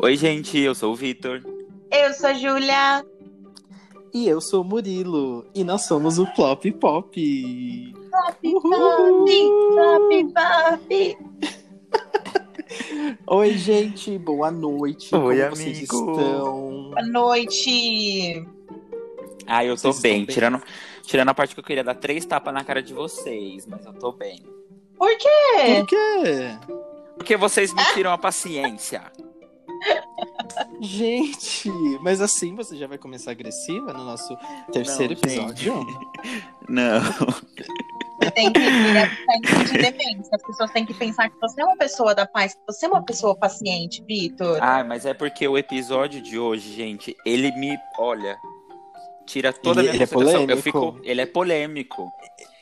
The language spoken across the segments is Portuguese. Oi, gente, eu sou o Vitor. Eu sou a Júlia. E eu sou o Murilo. E nós somos o Plop Pop. Papi, Uhul! papi, papi. Oi, gente. Boa noite. Oi, Como amigo. vocês estão? Boa noite. Ah, eu tô Vocês bem. estão bem? Tirando, tirando a parte que eu queria dar três tapas na cara de vocês, mas eu tô bem. Por quê? É. Por quê? Porque vocês me tiram a paciência. Gente, mas assim você já vai começar agressiva no nosso terceiro Não, episódio? Não. Tem que virar de demência. As pessoas têm que pensar que você é uma pessoa da paz, que você é uma pessoa paciente, Vitor. Ah, mas é porque o episódio de hoje, gente, ele me. Olha. Tira toda Ele- a minha ele é concentração. eu polêmico? fico, ele é polêmico.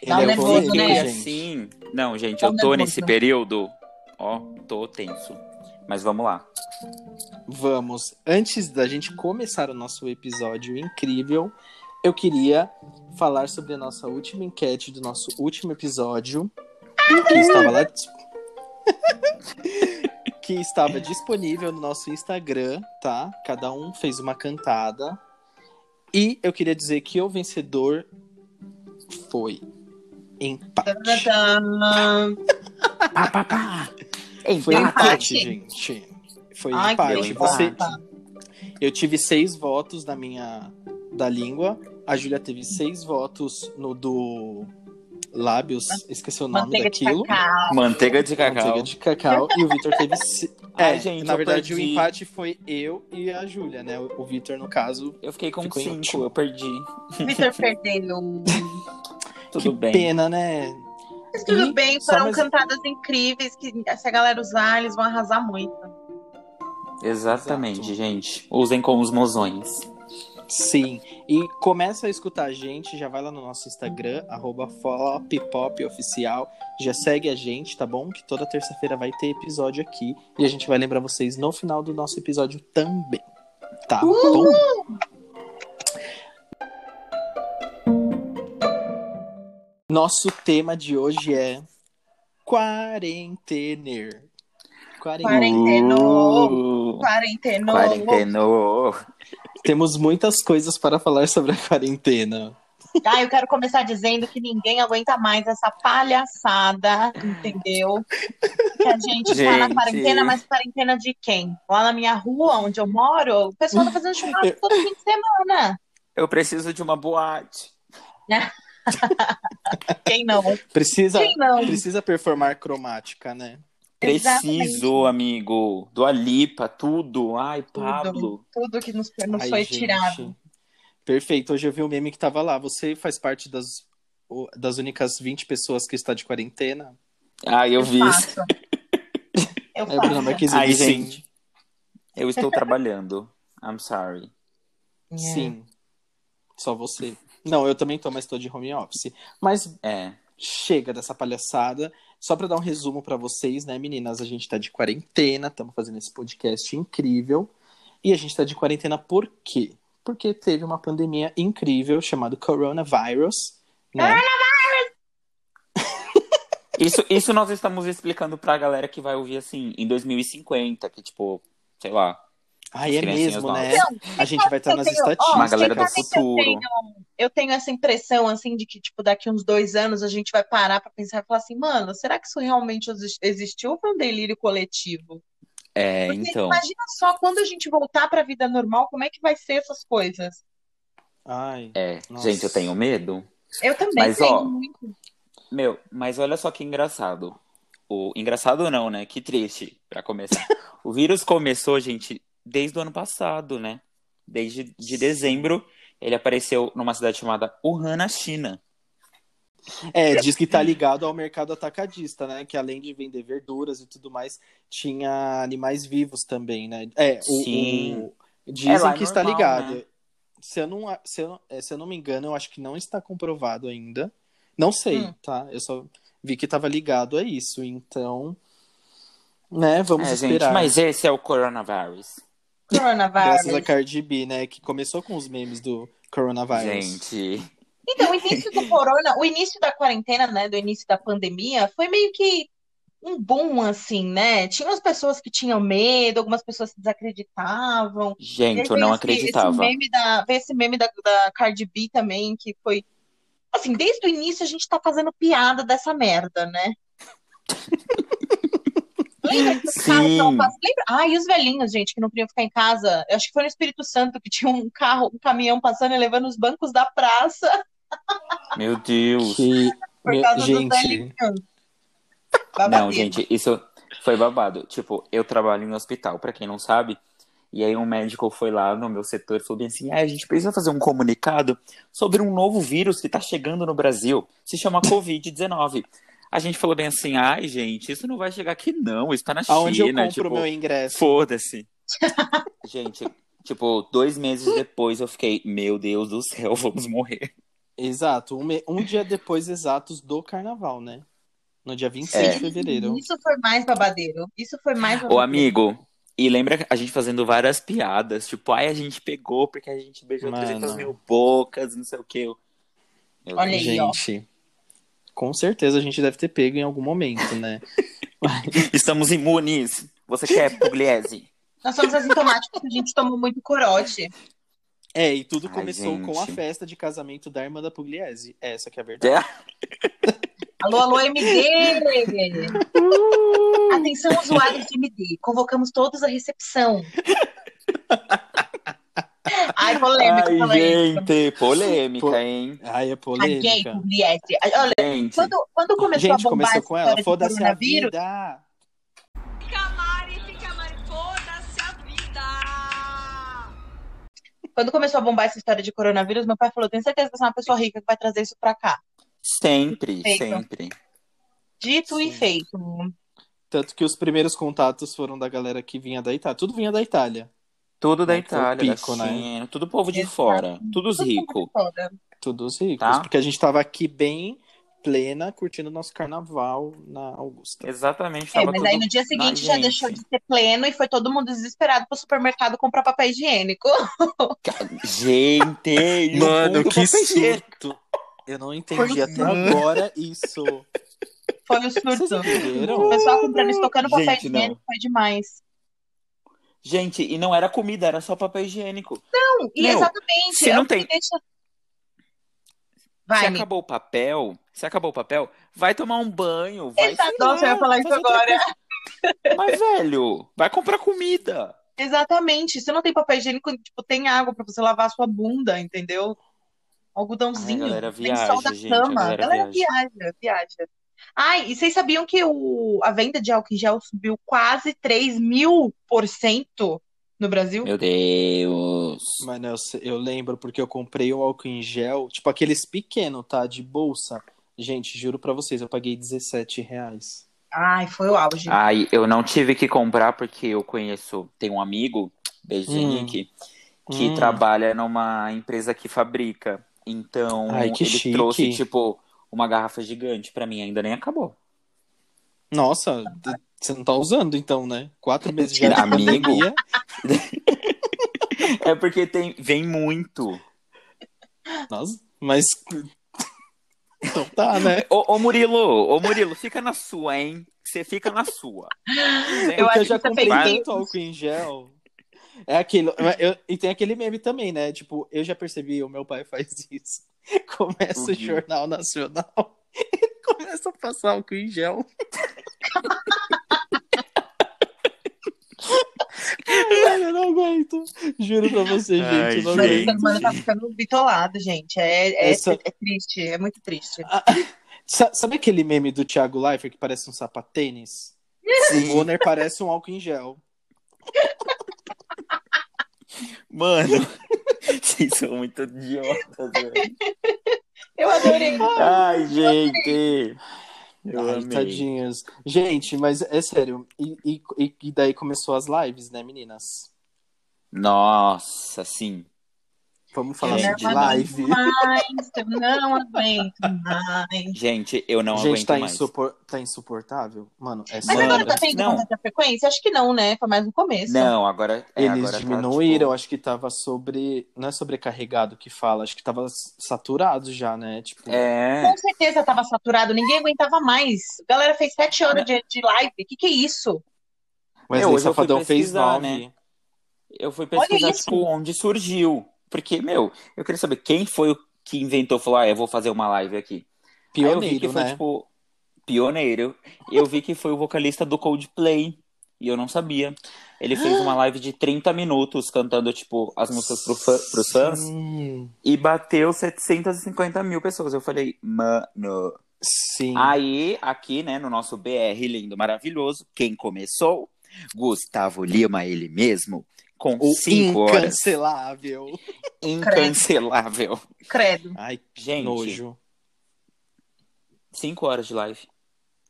Dá um Ele é nervoso, eu polêmico, fiquei né? gente. assim. Não, gente, Dá eu um tô nervoso. nesse período. Ó, tô tenso. Mas vamos lá. Vamos, antes da gente começar o nosso episódio incrível, eu queria falar sobre a nossa última enquete do nosso último episódio, que estava lá dis- que estava disponível no nosso Instagram, tá? Cada um fez uma cantada. E eu queria dizer que o vencedor foi empate. Tadadam. Pá, pá, pá. Foi Empate. empate, gente. Foi Ai, que empate. bom. Você, um eu tive seis votos na minha da língua. A Júlia teve seis votos no do lábios, esqueci o nome Manteiga de daquilo. cacau. Manteiga de cacau. Manteiga de cacau. E o Vitor teve. se- Ai, é, gente, na eu verdade, o perdi. empate foi eu e a Júlia, né? O o Vitor, no caso. Eu fiquei com Ficou em cinco, último. eu perdi. Vitor um. perdeu. Tudo que bem. pena, né? Mas tudo Ih, bem, só foram mais- um. cantadas incríveis que se a galera usar, eles vão arrasar muito. Exatamente, Exato. gente. Usem com os mozões. Sim. E começa a escutar a gente, já vai lá no nosso Instagram, arroba floppopoficial. Já segue a gente, tá bom? Que toda terça-feira vai ter episódio aqui. E a gente vai lembrar vocês no final do nosso episódio também. Tá bom? Nosso tema de hoje é quarentener. Quarentener. Quarentenou. Uh, Quarentenou. Quarentenou. Temos muitas coisas para falar sobre a quarentena. Ah, eu quero começar dizendo que ninguém aguenta mais essa palhaçada, entendeu? Que a gente, tá na Gente. quarentena, mas quarentena de quem? Lá na minha rua, onde eu moro, o pessoal tá fazendo churrasco todo fim de semana. Eu preciso de uma boate. Quem não? Precisa, Quem não? Precisa performar cromática, né? Preciso, amigo. Do Alipa, tudo. Ai, Pablo. Tudo que nos, nos Ai, foi gente. tirado. Perfeito. Hoje eu vi um meme que tava lá. Você faz parte das, o- das únicas 20 pessoas que está de quarentena? Ai, eu vi. isso. faço. Eu Aí o Bruno faço. Marquezine, Ai, sim. gente. Eu estou trabalhando. I'm sorry. É. Sim. Só você. Não, eu também tô, mas tô de home office. Mas É. chega dessa palhaçada. Só para dar um resumo para vocês, né, meninas? A gente tá de quarentena, estamos fazendo esse podcast incrível. E a gente tá de quarentena por quê? Porque teve uma pandemia incrível chamada coronavirus, né? Ah, Isso, isso nós estamos explicando pra galera que vai ouvir assim em 2050, que tipo, sei lá, Aí é criancinhas mesmo, novas. né? Então, A gente vai estar eu nas tenho- ó, uma estatísticas. galera do sinceramente, eu futuro. tenho- eu tenho essa impressão, assim, de que, tipo, daqui uns dois anos a gente vai parar pra pensar e falar assim, mano, será que isso realmente exi- existiu ou foi um delírio coletivo? É, Porque então. imagina só quando a gente voltar pra vida normal, como é que vai ser essas coisas? Ai, É, Nossa. gente, eu tenho medo. Eu também Mas, tenho ó, muito. Meu, mas olha só que engraçado. O engraçado não, né? Que triste pra começar. o vírus começou, gente, desde o ano passado, né? Desde de dezembro, ele apareceu numa cidade chamada Wuhan, na China. É, diz que tá ligado ao mercado atacadista, né? Que além de vender verduras e tudo mais, tinha animais vivos também, né? É, o, Sim. o- dizem É lá que é está normal, ligado. né? Se, eu não, se, eu, é, se eu não me engano, eu acho que não está comprovado ainda. Não sei, Hum. tá? Eu só vi que estava ligado a isso. Então, né? Vamos É, gente, esperar. mas esse é o coronavírus. Graças a Coronavírus. Cardi B, né? Que começou com os memes do coronavírus. Gente, Então, o início do corona, o início da quarentena, né, do início da pandemia, foi meio que um boom, assim, né? Tinha as pessoas que tinham medo, algumas pessoas que desacreditavam. Gente, Aí eu veio não esse- Esse acreditava. meme da, veio esse meme da, da Cardi B também, que foi. Assim, desde o início a gente tá fazendo piada dessa merda, né? Lembra que os carros Sim. não passam? Lembra? Ah, e os velhinhos, gente, que não queriam ficar em casa? Eu acho que foi no Espírito Santo que tinha um carro, um caminhão passando e levando os bancos da praça Meu Deus. Que, por meu- causa dos gente, velhinhos. Babadeiro. Não, gente, isso foi babado. Tipo, eu trabalho em um hospital, pra quem não sabe. E aí um médico foi lá no meu setor e falou bem assim: "Ah, a gente precisa fazer um comunicado sobre um novo vírus que tá chegando no Brasil. Se chama Covid-19. A gente falou bem assim: ai, gente, isso não vai chegar aqui, não. Isso tá na aonde eu China. compro tipo, meu ingresso? Foda-se. Gente, tipo, dois meses depois eu fiquei, meu Deus do céu, vamos morrer. Exato, um, me- um dia depois exatos do carnaval, né? No dia 26 É. de fevereiro. Isso foi mais babadeiro. Isso foi mais é. Ô, babadeiro. amigo, e lembra a gente fazendo várias piadas, tipo, ai, a gente pegou porque a gente beijou Mano. 300 mil bocas, não sei o que. Olha aí, ó. Gente, com certeza a gente deve ter pego em algum momento, né? Estamos imunes. Você quer Pugliese? Nós somos assintomáticos porque a gente tomou muito corote. É, e tudo Ai, começou gente. com a festa de casamento da irmã da Pugliese. Essa que é a verdade. Alô, alô, MD! Atenção, usuários de MD. Convocamos todos à recepção. Ai, polêmica, ai, polêmica. gente, polêmica, Po- hein? Ai, é A gay polêmica. Pugliese. Olha, Gente, quando, quando começou gente, a bombar começou essa com história ela. de Foda-se a coronavírus, vida. Fica Mari, fica Mari, foda-se a vida! quando começou a bombar essa história de coronavírus, meu pai falou: tenho certeza que você é uma pessoa rica que vai trazer isso pra cá. sempre, Perfeito. sempre. Dito e Sim. feito. Tanto que os primeiros contatos foram da galera que vinha da Itália. Tudo vinha da Itália. Tudo da Não, foi o Itália, da pico, né? China, tudo povo de Exato. fora, todos Todo mundo ricos. foda. Todos os ricos. Tá. Porque a gente tava aqui bem plena, curtindo o nosso carnaval na Augusta. Exatamente, É, tava mas tudo... aí no dia seguinte já gente. deixou de ser pleno e foi todo mundo desesperado pro supermercado comprar papel higiênico. Gente! Mano, que surto! Eu não Foi entendi o até agora isso. Foi um Vocês surto. O entenderam? pessoal comprando, estocando papel Gente, não. higiênico, foi demais. Gente, e não era comida, era só papel higiênico. Não, e Meu, exatamente. se é não o que tem- deixa- se Vai, amigo. acabou o papel, se acabou o papel, vai tomar um banho, vai. Exato. sei lá, Nossa, eu ia falar isso faz outra agora. coisa. Mas, velho, vai comprar comida. Exatamente. Se não tem papel higiênico, tipo, tem água pra você lavar a sua bunda, entendeu? Algodãozinho. Ai, galera, Tem sol viaja, da gente, a cama. galera viaja. viaja, Ai, e vocês sabiam que o... a venda de álcool em gel subiu quase 3 mil por cento no Brasil? Meu Deus. Hum. Mano, eu, se- eu lembro porque eu comprei o álcool em gel, tipo aqueles pequeno, tá? De bolsa. Gente, juro pra vocês, eu paguei 17 reais. Ai, foi o auge. Ai, eu não tive que comprar porque eu conheço, tem um amigo, beijo Hum. Henrique, que Hum. trabalha numa empresa que fabrica. Então, Ai, que ele chique. trouxe, tipo, uma garrafa gigante pra mim, ainda nem acabou. Nossa, d- você não tá usando então, né? Quatro meses já Mentira, de amigo. pandemia. É porque tem, vem muito. Nossa, mas. Então tá, né? Ô, ô Murilo, ô Murilo, fica na sua, hein? Você fica na sua. Né? Eu Porque acho É eu já que você comprei fez bem. tanto álcool em gel. É aquilo. eu- e tem aquele meme também, né? Tipo, eu já percebi, o meu pai faz isso. Começa Uhum. o Jornal Nacional. Ele começa a passar álcool em gel. Ai, eu não aguento. Juro pra você, Ai, gente. Eu não gente. Mas o ser aguento. humano tá ficando bitolado, gente. É, é- Essa- é triste, é muito triste. Sa- Sabe aquele meme do Thiago Leifert que parece um sapatênis? O Bonner parece um álcool em gel. Mano, vocês são muito idiotas, velho. Eu adorei. Ai, gente. Eu Ai, amei. tadinhos. Gente, mas é sério. E, e- e- e daí começou as lives, né, meninas? Nossa, sim. Vamos É, falar né, Gente, de live. Mas eu não aguento mais. Gente, eu não Gente, aguento tá, mais. insupor- tá insuportável. Mano, é Mas agora Mano, tá vendo não. com tanta frequência? Acho que não, né? Foi mais no começo. Não, agora. é, Eles agora tá, diminuíram, tipo, acho que tava sobre. Não é sobrecarregado que fala, acho que tava s- saturado já, né? Tipo, É. Com certeza tava saturado, ninguém aguentava mais. A galera fez sete horas de, de live. O que, que é isso? mas É, o hoje eu fui Safadão fez pesquisar, né? nove. Eu fui Olha pesquisar, isso. tipo, onde surgiu. Porque, meu, eu queria saber quem foi o que inventou, falou, ah, eu vou fazer uma live aqui. Aí eu vi que Pioneiro, foi, né? tipo, pioneiro. Eu vi que foi o vocalista do Coldplay. E eu não sabia. Ele fez uma live de 30 minutos cantando, tipo, as músicas pro fã, pros fãs. Sim. E bateu 750 mil pessoas. Eu falei, mano. Sim. Aí, aqui, né, no nosso BR lindo, maravilhoso, quem começou? Gustavo Lima, ele mesmo, com o cinco horas. incancelável. Incancelável. Credo. Ai, que Gente, nojo. cinco horas de live.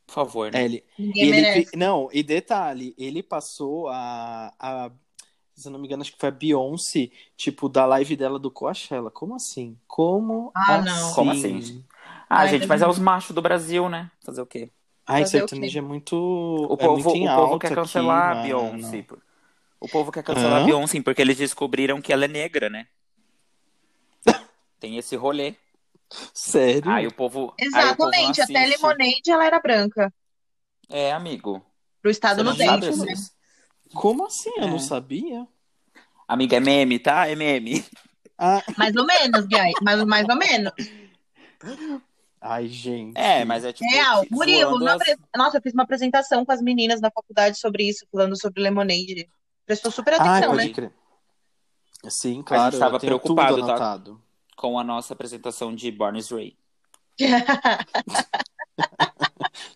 Por favor, né? É, ele, Ninguém ele merece. fi- não, e detalhe, ele passou a, a- Se eu não me engano, acho que foi a Beyoncé, tipo, da live dela do Coachella. Como assim? Como Ah, assim? não. Como assim? Ah, Ai, gente, mas mas é os machos do Brasil, né? Fazer o quê? Ai, Fazer o sertanejo é muito. O O povo, muito em o povo alta quer aqui, cancelar a mano. Beyoncé. por- O povo quer cancelar Hã? a Beyoncé porque eles descobriram que ela é negra, né? Tem esse rolê. Sério? Aí o povo. aí assim, o povo não Exatamente, até assiste. Lemonade ela era branca. É, amigo. Pro estado Você no não dente. sabe assim? né? esses- Como assim? Eu É. não sabia. Amiga, é meme, tá? É meme. Ah, Mais ou menos, Gui. Mais, mais ou menos. ai, gente. É, mas é tipo. Real. que- Murilo, zoando na as- apre- nossa, eu fiz uma apresentação com as meninas na faculdade sobre isso, falando sobre Lemonade. Prestou super Ai, atenção, pode né? crer. Sim, claro. tava eu tenho preocupado, tudo tá? anotado. com a nossa apresentação de Barnes Ray.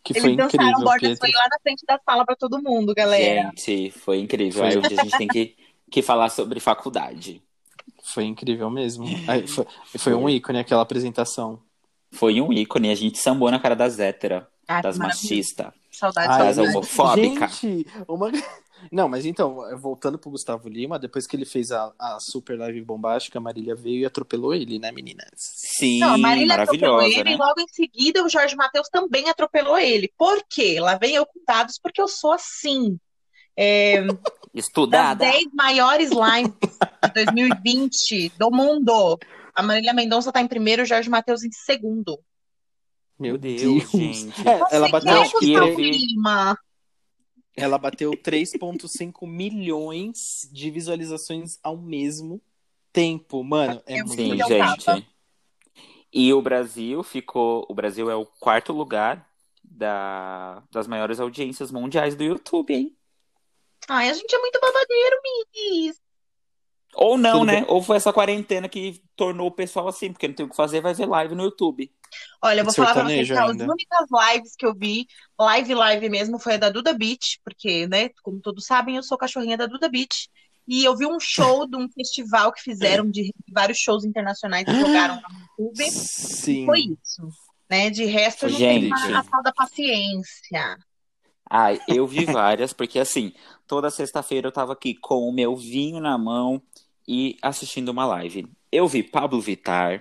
Que Eles foi dançaram incrível, bordas, Pietro. foi lá na frente da sala pra todo mundo, galera. Gente, foi incrível. Foi. Aí hoje a gente tem que, que falar sobre faculdade. Foi incrível mesmo. Aí foi, foi um Foi. ícone aquela apresentação. Foi um ícone, a gente sambou na cara das héteras, Ai, das que maravilha. machistas, Saudade, Ai, das saudade. homofóbicas. Gente, uma... Não, mas então, voltando pro Gustavo Lima, depois que ele fez a, a super live bombástica, a Marília veio e atropelou ele, né, meninas? Sim, Não, a Marília atropelou maravilhosa, ele né? e logo em seguida o Jorge Matheus também atropelou ele. Por quê? Lá vem eu com dados, porque eu sou assim. É, das Estudada. 10 maiores lives de 2020 do mundo. A Marília Mendonça tá em primeiro, o Jorge Matheus em segundo. Meu Deus, gente. É, ela Você bateu, quer, acho que eu Gustavo vi. Lima? Ela bateu 3,5 milhões de visualizações ao mesmo tempo, mano. É Eu muito Sim, Então, legal. gente. E o Brasil ficou. O Brasil é o quarto lugar da, das maiores audiências mundiais do YouTube, hein? Ai, a gente é muito babadeiro, Miss. Ou não, Tudo né? Ou foi essa quarentena que tornou o pessoal assim, porque não tem o que fazer, vai ver live no YouTube. Olha, eu vou falar pra vocês Sertanejo que as ainda. únicas lives que eu vi, live, live mesmo, foi a da Duda Beat, porque, né, como todos sabem, eu sou cachorrinha da Duda Beat. E eu vi um show de um festival que fizeram de vários shows internacionais que jogaram no YouTube. Sim. Foi isso. Né? De resto, eu não tenho Gente. a, a tal da paciência. Ai, eu vi várias, porque assim, toda sexta-feira eu tava aqui com o meu vinho na mão e assistindo uma live. Eu vi Pablo Vittar,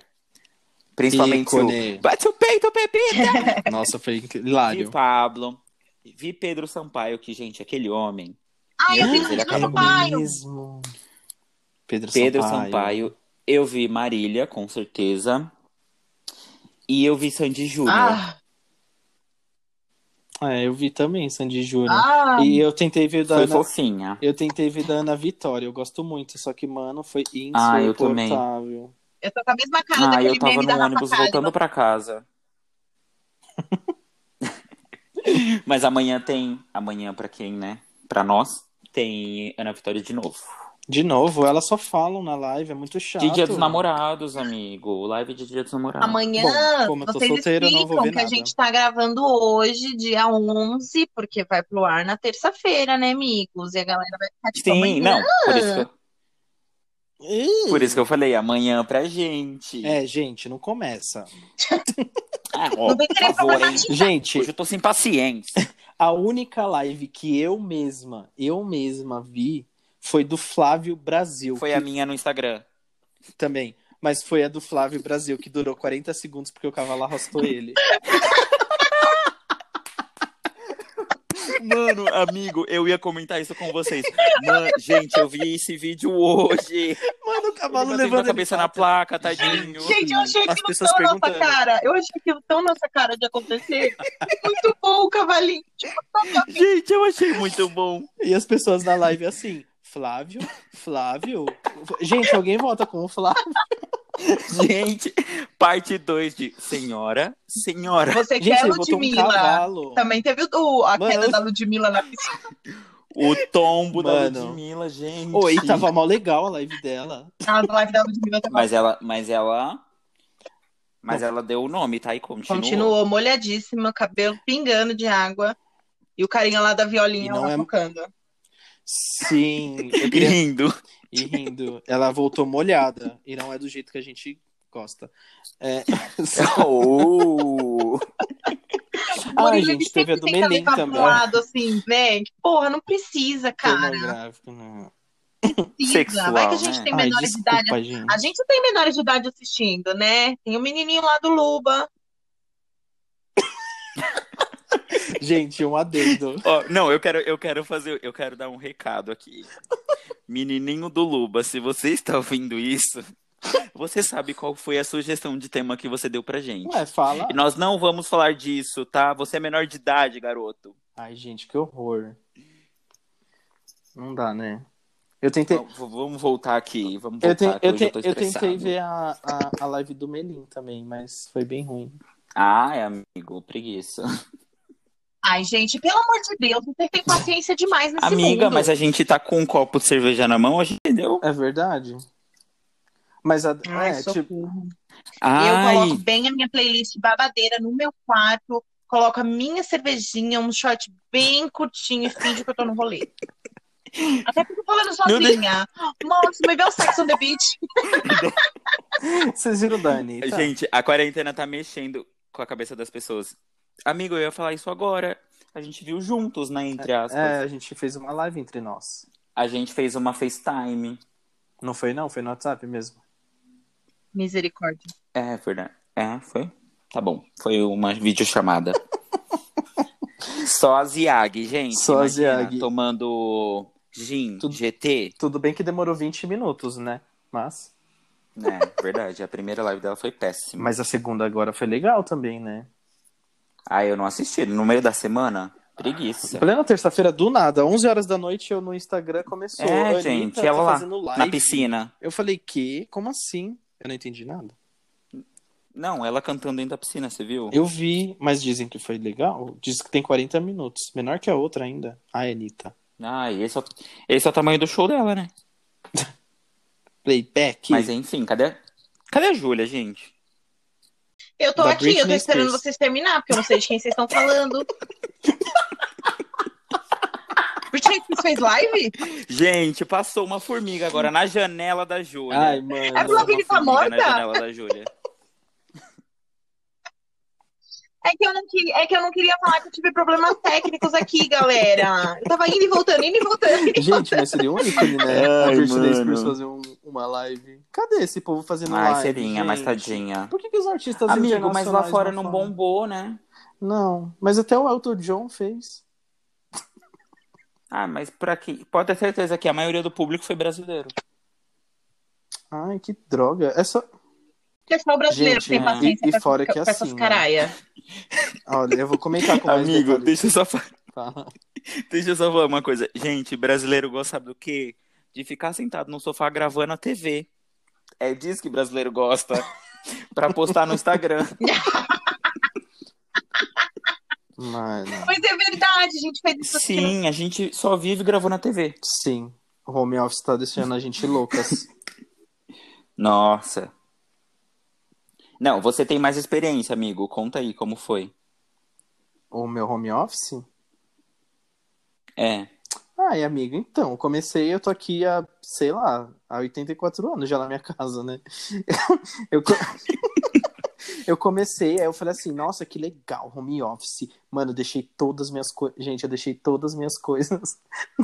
principalmente o Ícone. Bate o peito, Pepita! Nossa, foi Vi hilário. Pablo, vi Pedro Sampaio, que, gente, aquele homem. Ai, eu um Meu vi Deus, o ele Pedro acaba Sampaio. mesmo. Pedro, É Pedro Sampaio. Sampaio, eu vi Marília, com certeza. E eu vi Sandy Júnior. Ah, É, eu vi também, Sandy Júnior. ah, E eu tentei ver da Foi Ana... fofinha. Eu tentei ver da Ana Vitória, eu gosto muito, só que, mano, foi Ah, eu também. insuportável. eu tô com a mesma cara Ah, daquele eu tava meme da no Rafa ônibus Kalimann. voltando pra casa. Mas amanhã tem. Amanhã, pra quem, né? Pra nós, tem Ana Vitória de novo. De novo, elas só falam na live, é muito chato. de Dia dos Namorados, amigo. Live de Dia dos Namorados. Amanhã, Tá. Bom, como eu tô vocês solteiro, eu não vou explicam ver que a nada. gente tá gravando hoje, dia 11, porque vai pro ar na terça-feira, né, amigos? E a galera vai ficar tipo Sim, amanhã. não. Por isso, que eu, Ih! por isso que eu falei, amanhã pra gente. É, gente, não começa. Ah, ó, Não vem por querer favor, falar hein? Gente, Hoje eu tô sem paciência. a única live que eu mesma, eu mesma vi foi do Flávio Brasil. Foi que a minha no Instagram. também. Mas foi a do Flávio Brasil, que durou 40 segundos porque o cavalo arrastou ele. Mano, amigo, eu ia comentar isso com vocês. Mano, gente, eu vi esse vídeo hoje. Mano, o Ele cavalo bateu levando a cabeça ele na placa, tadinho. Gente, eu achei As aquilo pessoas tão nossa perguntando. cara. Eu achei aquilo tão nossa cara de acontecer. Muito bom o cavalinho. Tipo, Gente, eu achei muito bom. E as pessoas na live assim, Flávio, Flávio. Gente, alguém volta com o Flávio. Gente, parte 2 de Senhora, Senhora. você Gente, quer ele botou um Ludmilla. cavalo. Também teve o- o, a Mano. queda da Ludmilla na piscina. O tombo da Mano. Ludmilla, gente. Oi, tava mal legal a live dela. A live da Ludmilla tava Mas ela, mas ela... Mas ela deu o nome, tá? E continuou. Continuou molhadíssima, cabelo pingando de água. E o carinha lá da E violinha não lá é- tocando. Sim, eu queria Lindo. E rindo. Ela voltou molhada. E não é do jeito que a gente gosta. É... Oh. Ai, Murilo, gente, ele teve sempre a do tenta Menem levar pro também. lado, assim, né? Que, Porra, não precisa, cara. Pornográfico, não. Precisa. Sexual, Vai que a gente né? tem um Ai, menores de idade. desculpa, gente. A gente tem menores de idade assistindo, né? Tem o menininho lá do Luba. Gente, um adendo. Ó, não, eu quero, eu quero fazer, eu quero dar um recado aqui. Menininho do Luba, se você está ouvindo isso, você sabe qual foi a sugestão de tema que você deu pra gente. Ué, é, fala. E nós não vamos falar disso, tá? Você é menor de idade, garoto. Ai, gente, que horror. Não dá, né? Eu tentei, Não, v- vamos voltar aqui, vamos eu, te- voltar. que eu, hoje te- tô eu tentei estressado. ver a, a, a live do Melim também, mas foi bem ruim. Ai, amigo, preguiça. Ai, gente, pelo amor de Deus, você tem paciência demais nesse Amiga, mundo. mas a gente tá com um copo de cerveja na mão, a gente entendeu? É verdade. Mas a, Ai, é, socorro. tipo, Eu Ai, coloco bem a minha playlist babadeira no meu quarto, coloco a minha cervejinha, um short bem curtinho e finge que eu tô no rolê. Até porque eu tô falando sozinha. Monstro, me vê o Sex on the Beach. vocês viram o Dani? tá? É Gente, a quarentena tá mexendo com a cabeça das pessoas. Amigo, eu ia falar isso agora. A gente viu juntos, né? Entre aspas. é, a gente fez uma live entre nós. A gente fez uma FaceTime. Não foi não, foi no WhatsApp mesmo. Misericórdia. É, verdade. É, foi? Tá bom. Foi uma videochamada. Só a Ziag, gente. Só a imagina, Ziag. Tomando gin, Tudo- GT. Tudo bem que demorou 20 minutos, né? Mas, É, verdade. A primeira live dela foi péssima. mas a segunda agora foi legal também, né? Ah, eu não assisti. No meio da semana, preguiça. Plena terça-feira, do nada, 11 horas da noite, eu no Instagram começou. É, Anitta, gente, tá ela lá, fazendo live. Na piscina. Eu falei, que? Como assim? Eu não entendi nada. Não, ela cantando dentro da piscina, você viu? Eu vi, mas dizem que foi legal. Diz que tem 40 minutos. Menor que a outra ainda. A Anitta. Ah, esse é, o, esse é o tamanho do show dela, né? Playback. Mas enfim, cadê, cadê a Júlia, gente? Eu tô Da aqui, eu tô Britney esperando Spears. vocês terminar, porque eu não sei de quem vocês estão falando. Britney Spears fez live? Gente, passou uma formiga agora na janela da Júlia. Ai, mano. É Passou uma Lavigne tá formiga morta? Na janela da Júlia. É que, eu não queria, é que eu não queria falar que eu tive problemas técnicos aqui, galera. Eu tava indo e voltando, indo e voltando. indo e Gente, mas seria um ícone, né? Ai, a Britney Spears mano. fazer um- uma live. Cadê esse povo fazendo Ai, live? Serinha, mas gente? tadinha. Por que, que os artistas Amigo, mas lá internacionais fora não fazem? bombou, né? Não, mas até o Elton John fez. Ah, mas pra que. Pode ter certeza que a maioria do público foi brasileiro. Ai, que droga. É só... Que é só o brasileiro Gente, que tem é. paciência E- e pra, fora essas- que é pra essas assim, né? caraias. Olha, eu vou comentar com mais detalhes. tá? eu só falar. Fala. Deixa eu só falar uma coisa. Gente, brasileiro gosta sabe do quê? De ficar sentado no sofá gravando a TV. É disso que brasileiro gosta. pra postar no Instagram. Mano, Mas é verdade, a gente fez isso aqui no Sim, a gente só vive gravando a TV. sim. O home office tá deixando a gente loucas. Nossa. Não, você tem mais experiência, amigo. Conta aí como foi. o meu home office? É. Ai, amigo, então, comecei, eu tô aqui há, sei lá, há 84 anos já na minha casa, né? Eu, co- eu comecei, aí eu falei assim, nossa, que legal, home office. Mano, eu deixei todas as minhas coisas. Gente, eu deixei todas as minhas coisas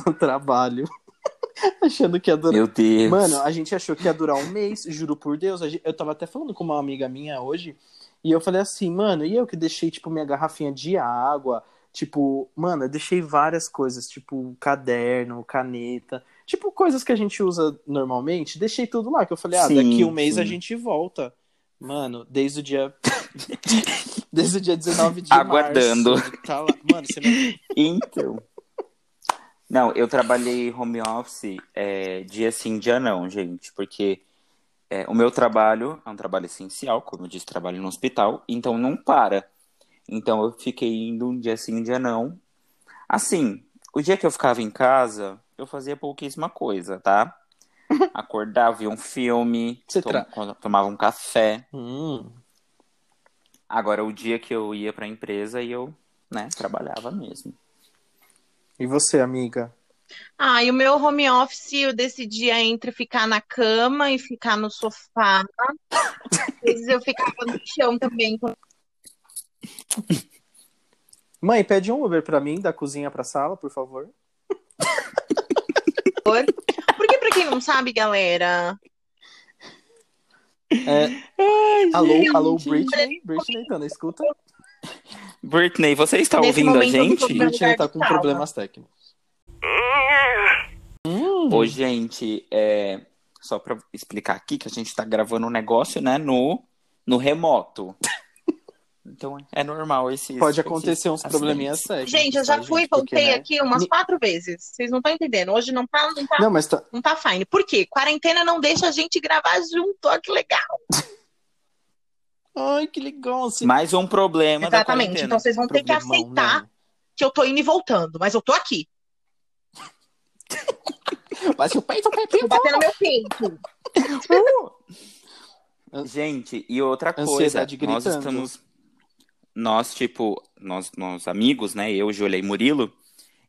no trabalho. Achando que ia durar. Meu Deus. Mano, a gente achou que ia durar um mês, juro por Deus. A gente- Eu tava até falando com uma amiga minha hoje, e eu falei assim, mano, e eu que deixei, tipo, minha garrafinha de água, tipo, mano, eu deixei várias coisas, tipo, caderno, caneta, tipo, coisas que a gente usa normalmente, deixei tudo lá, que eu falei, ah, Sim, daqui um mês a sim. gente volta. Mano, desde o dia. desde o dia 19 de Aguardando. março. Tá lá. Mano, você me... Então. Não, eu trabalhei home office é, dia sim, dia não, gente, porque é, o meu trabalho é um trabalho essencial, como eu disse, trabalho no hospital, então não para. Então eu fiquei indo um dia sim, um dia não. Assim, o dia que eu ficava em casa, eu fazia pouquíssima coisa, tá? Acordava, via um filme, Você tom- tra- tomava um café. Hum. Agora, o dia que eu ia pra empresa, e eu, né, trabalhava mesmo. E você, amiga? Ah, e o meu home office eu decidia entre ficar na cama e ficar no sofá. Às vezes eu ficava no chão também. Mãe, pede um Uber pra mim, da cozinha pra sala, por favor. Porque, pra quem não sabe, galera, Alô, alô, gente. Britney. Britney, tá na escuta? Britney, você está Nesse ouvindo a momento, eu tô gente? procurando- Britney tá lugar de com sala. problemas técnicos. um Hum, Ô, gente, é, só para explicar aqui que a gente está gravando um negócio, né, no, no remoto. Então é normal esse. pode acontecer uns probleminhas técnicos. gente, eu tá, já fui e porque, voltei né? aqui umas Ni- quatro vezes. Vocês não estão entendendo. Hoje não tá, não tá, Não, mas tá. não tá fine. Por quê? Quarentena não deixa a gente gravar junto. Olha que legal. Ai, que legal. assim, Esse... Mais um problema da Exatamente. quarentena. Então vocês vão ter que problemão, aceitar né? que eu tô indo e voltando, mas eu tô aqui. Bate o peito, peito. Vou bater no meu peito. Gente, e outra coisa, Ansiedade nós gritando. estamos. Nós, tipo, nós, nós amigos, né? Eu, Júlia e Murilo,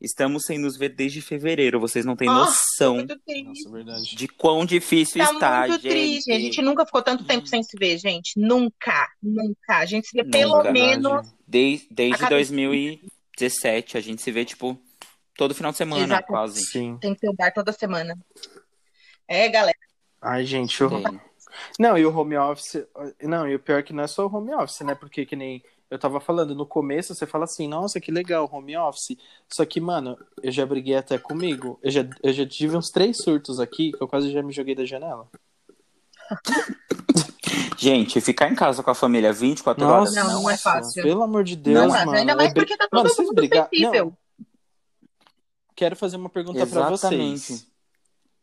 estamos sem nos ver desde fevereiro. Vocês não têm Ah, noção Muito triste. Nossa, é verdade. de quão difícil Tá está, muito triste. A gente nunca ficou tanto tempo sem se ver, gente. Nunca, nunca. A gente se vê Nunca. pelo menos. Verdade. Desde, A desde cada- 2017, a gente se vê, tipo, todo final de semana, Exatamente. quase. Sim. Tem que ter o bar toda semana. É, galera. Ai, gente, eu... Sim. Não, e o home office. Não, e o pior é que não é só o home office, né? Porque que nem eu tava falando, no começo você fala assim, nossa, que legal, home office. Só que, mano, eu já briguei até comigo. Eu já, eu já tive uns três surtos aqui que eu quase já me joguei da janela. Gente, ficar em casa com a família 24 horas. Não, não é fácil. Pelo amor de Deus, Não é Nossa, mano. ainda mais eu bri- porque tá todo Mano, vocês mundo brigar- sensível. Quero fazer uma pergunta pra vocês. Exatamente.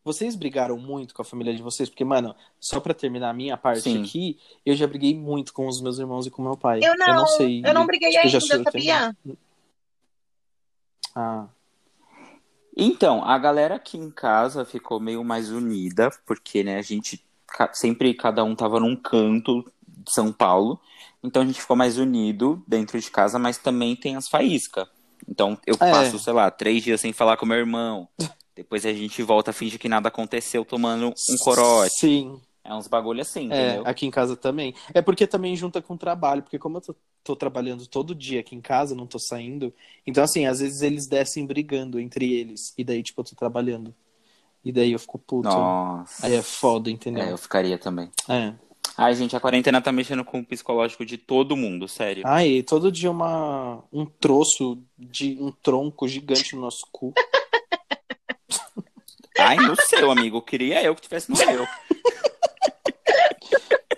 Vocês brigaram muito com a família de vocês? Porque, mano, só pra terminar a minha parte Sim. aqui, eu já briguei muito com os meus irmãos e com meu pai. Eu não, sei. eu não briguei Tipo, já ainda, surtei. sabia? Ah, Então, a galera aqui em casa ficou meio mais unida, porque, né, a gente ca- sempre cada um tava num canto de São Paulo. Então a gente ficou mais unido dentro de casa, mas também tem as faíscas. Então eu É. passo, sei lá, três dias sem falar com meu irmão. Depois a gente volta a fingir que nada aconteceu tomando um corote. Sim, É uns bagulho assim, é, entendeu? aqui em casa também. É porque também junta com o trabalho, porque como eu tô, tô trabalhando todo dia aqui em casa, não tô saindo, então assim, às vezes eles descem brigando entre eles, e daí, tipo, eu tô trabalhando. E daí eu fico puto. Nossa. Aí é foda, É, eu entendeu? ficaria também. É. Ai, gente, a quarentena tá mexendo com o psicológico de todo mundo, sério. Aí, Ah, todo dia uma, um troço de um tronco gigante no nosso cu. Ai, no seu, amigo. Queria eu que tivesse Ah, no meu.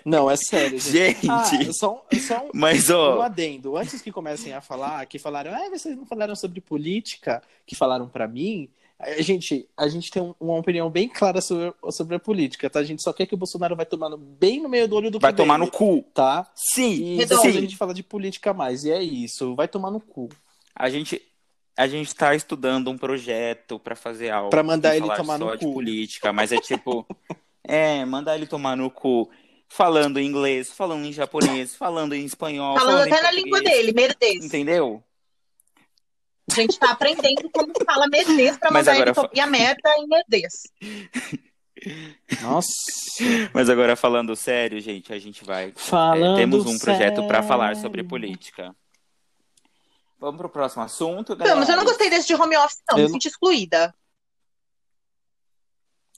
Não, é sério, gente. Gente, Ah, só, um- só um mas Um ó. adendo, antes que comecem a falar, que falaram, ah, vocês não falaram sobre política, que falaram pra mim. A gente, a gente tem um- uma opinião bem clara sobre, sobre a política, tá? A gente só quer que o Bolsonaro vai tomar no- bem no meio do olho do Vai cu tomar dele, no cu. tá? Sim, E Redondo. depois a sim. gente fala de política mais, e é isso, vai tomar no cu. A gente, a gente tá estudando um projeto pra fazer algo. Pra mandar e ele falar tomar só no de cu. política, mas é tipo. é, mandar ele tomar no cu. Falando em inglês, falando em japonês, falando em espanhol. Falando em até na língua português, dele, merdez. Entendeu? A gente tá aprendendo como fala merdez pra Mas mandar agora ele fa- copiar merda em merdez. Nossa. Mas agora falando sério, gente, a gente vai É, Falando temos um projeto sério. para falar sobre política. Vamos pro próximo assunto, galera. Não, mas eu não gostei desse de home office, não. Eu Me não- senti excluída.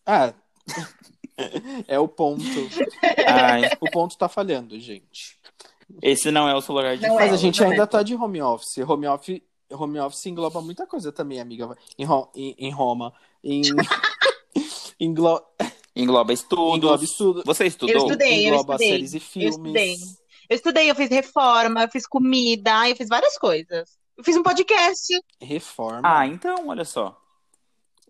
Ah, é o ponto. Ai, O ponto tá falhando, gente. esse não é o seu lugar de Não fala. Mas a é. gente ainda tá de home office. Home office, home office engloba muita coisa também, amiga. Em, Ro- em- em Roma. Em... englo- Engloba Engloba estudos. estudo. Você Eu estudou? estudei, eu engloba estudei, séries e filmes. estudei. Eu estudei, eu fiz reforma, eu fiz comida, eu fiz várias coisas. Eu fiz um podcast. Reforma. Ah, então, olha só.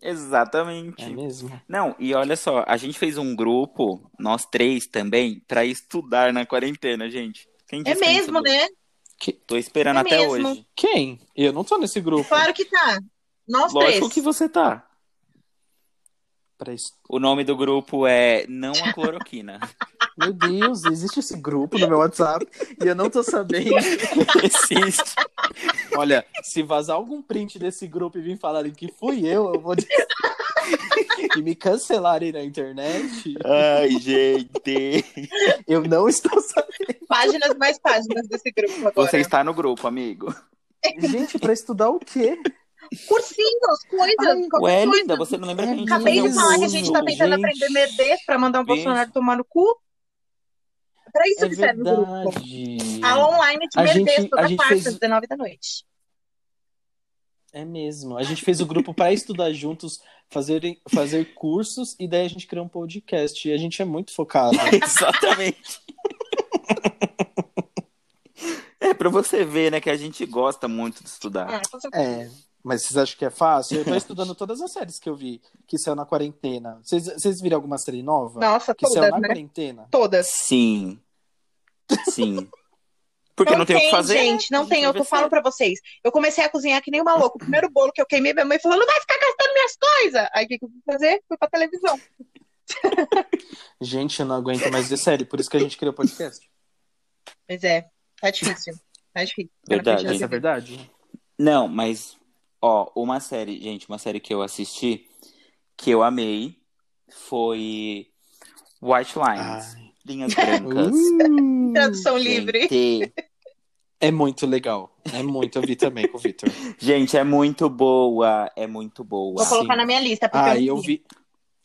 Exatamente. é mesmo? Não, e olha só, a gente fez um grupo, nós três também, pra estudar na quarentena, gente. Quem É disse que não mesmo, estudou? né? Tô esperando É até mesmo. hoje. Quem? Eu não tô nesse grupo. Claro que tá. Nós Lógico três. que você tá. Pra isso. O nome do grupo é Não a Cloroquina. Meu Deus, existe esse grupo no meu WhatsApp e eu não tô sabendo. Existe. Olha, se vazar algum print desse grupo e vir falarem que fui eu, eu vou dizer. e me cancelarem na internet, Ai, gente. eu não estou sabendo. Páginas mais páginas desse grupo agora. Você está no grupo, amigo. Gente, pra estudar o quê? Cursinhos, coisas, Ué, qualquer coisa. linda, você não lembra que a gente É, Acabei de fazia um falar que a curso? gente tá tentando gente. aprender MED pra mandar um Beijo. Bolsonaro tomar no cu. Pra isso É que serve o grupo. verdade. A online de A Merdes, gente- toda a gente quarta, fez- às 19 da noite. É mesmo. A gente fez o grupo pra estudar juntos, fazer, fazer cursos e daí a gente criou um podcast. E a gente é muito focado. Exatamente. É pra você ver, né, que a gente gosta muito de estudar. Ah, com certeza. É. Mas vocês acham que é fácil? Eu tô estudando todas as séries que eu vi que saiu na quarentena. Vocês, vocês viram alguma série nova? Nossa, que é saiu todas, na né? quarentena? É. Todas. Sim. Sim. Porque não, tem o que fazer. gente, a não tem. vai Eu ver tô falando série. pra vocês. Eu comecei a cozinhar que nem uma louca. O primeiro bolo que eu queimei, minha mãe falou, não vai ficar gastando minhas coisas. Aí o que que eu fui fazer? Fui pra televisão. Gente, eu não aguento mais ver série, por isso que a gente criou o podcast. Pois é, tá difícil. Tá difícil. Tá na Verdade. frente Essa da TV. é verdade? Não, mas, ó, uma série, gente, uma série que eu assisti, que eu amei, foi White Lines, Ai. Linhas Brancas. Uh, Tradução livre. Gente, é muito legal. É muito, eu vi também com o Victor. gente, é muito boa, é muito boa. Vou colocar Sim. na minha lista. Porque Ah, eu vi.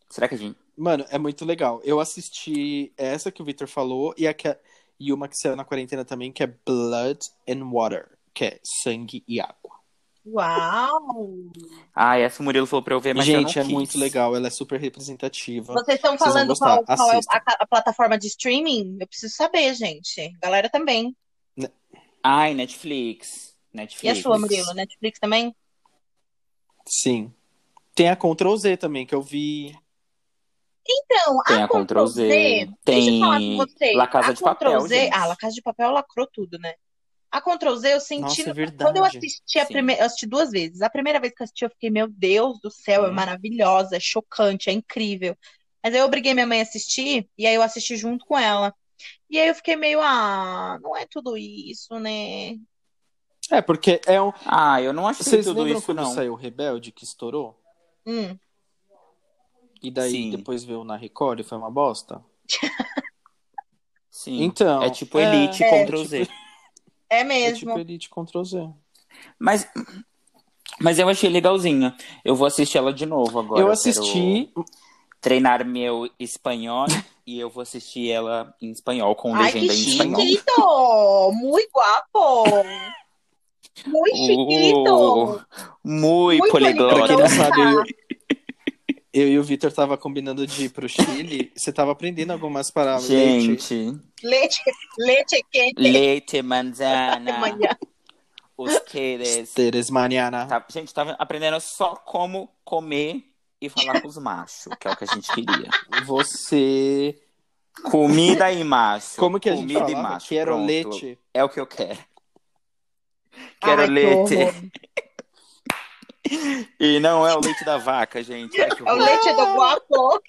Será que a gente... Mano, é muito legal. Eu assisti essa que o Victor falou e, a que- e uma que saiu na quarentena também, que é Blood and Water, que é sangue e água. Uau! Ah, essa o Murilo falou pra eu ver, mas eu gente, não é quis. muito legal, ela é super representativa. Vocês estão vão falando gostar, qual, qual é assistam. a, a plataforma de streaming? Eu preciso saber, gente. Galera também. Ai, Netflix. E a Netflix. sua, Murilo? Netflix também? Sim. Tem a Ctrl Z também, que eu vi. Então, Tem a, a Ctrl Z, deixa eu falar tem com vocês. La Casa a de Papel, Ctrl Z, gente. ah, La Casa de Papel lacrou tudo, né? A Ctrl Z eu Nossa, senti é verdade. quando eu assisti a Sim. primeira, eu assisti duas vezes. A primeira vez que eu assisti eu fiquei, meu Deus do céu, é Hum. maravilhosa, é chocante, é incrível. Mas aí eu obriguei minha mãe a assistir e aí eu assisti junto com ela. E aí eu fiquei meio, ah, não é tudo isso, né? É, porque é um. Ah, eu não achei Vocês tudo lembram isso, quando não. saiu Rebelde, que estourou? Hum. E daí Sim. depois veio na Record e foi uma bosta? Sim. Então. É tipo Elite É, Ctrl tipo- Z. É É mesmo. tipo Elite Ctrl Z. Mas, mas eu achei legalzinha. Eu vou assistir ela de novo agora. eu quero assisti. treinar meu espanhol e eu vou assistir ela em espanhol, com Ai, que um legenda em espanhol. chiquito! Muito guapo! Muito chiquito! Uh, muito, Muito Pra quem poliglota. não sabe, eu, eu e o Vitor tava combinando de ir pro Chile. Você tava aprendendo algumas palavras. Gente, Leite, leite é quente leite, de manzana, manhã. ustedes. Teres Mariana. Tá, gente, tava aprendendo só como comer e falar com os machos, que é o que a gente queria. Você. Comida e macho. Como que a gente Comida e falava? macho. Quero Pronto. leite. É o que eu quero. Quero Ai, que leite. horror. E não é o leite da vaca, gente. Ai, que É o horror. leite do guapo.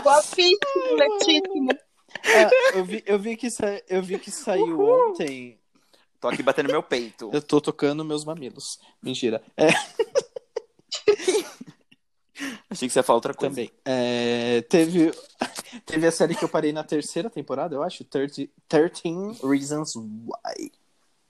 Guapíssimo, leitíssimo. Ah, eu, vi, eu, vi que sa... eu vi que saiu ontem. Tô aqui batendo meu peito. Eu tô tocando meus mamilos. Mentira. É, Achei que você ia falar outra coisa. também. É, teve, teve a série que eu parei na terceira temporada, eu acho. 30 13 Reasons Why.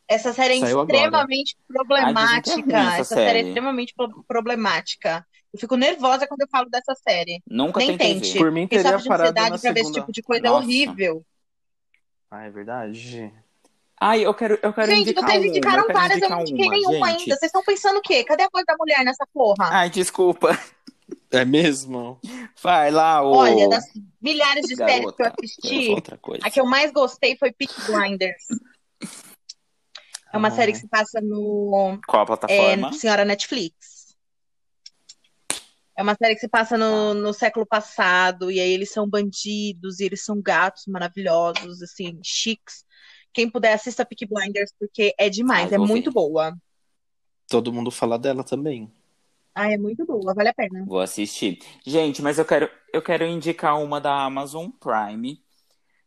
Essa série é Saiu agora. extremamente Ai, dizem Ah, que problemática. é ruim essa essa série é série. extremamente pro- problemática. Eu fico nervosa quando eu falo dessa série. Nunca Nem tentei tente. ver. Por mim, Quem teria sofre de parado na ansiedade pra ver esse segunda. tipo de coisa é Nossa. horrível. Ah, é verdade? Ai, eu quero, eu quero Gente, indicar vocês uma, indicaram eu quero várias, eu indicar não indiquei uma, nenhuma gente. Ah, ainda. Vocês estão pensando o quê? Cadê a voz da mulher nessa porra? Ai, desculpa. É mesmo? Vai lá, ô. Olha, das milhares de séries que eu garota. Eu assisti, sou outra coisa. a que eu mais gostei foi Peak Blinders. É uma Ah. série que se passa no, Qual a é, plataforma? senhora Netflix. É uma série que se Tá. passa no, no século passado, e aí eles são bandidos, e eles são gatos maravilhosos, assim, chiques. Quem puder, assista Peaky Blinders, porque é demais, Ai, é Ah, vou ver. muito boa. Todo mundo fala dela também. Ah, é muito boa, vale a pena. Vou assistir. Gente, mas eu quero, eu quero indicar uma da Amazon Prime,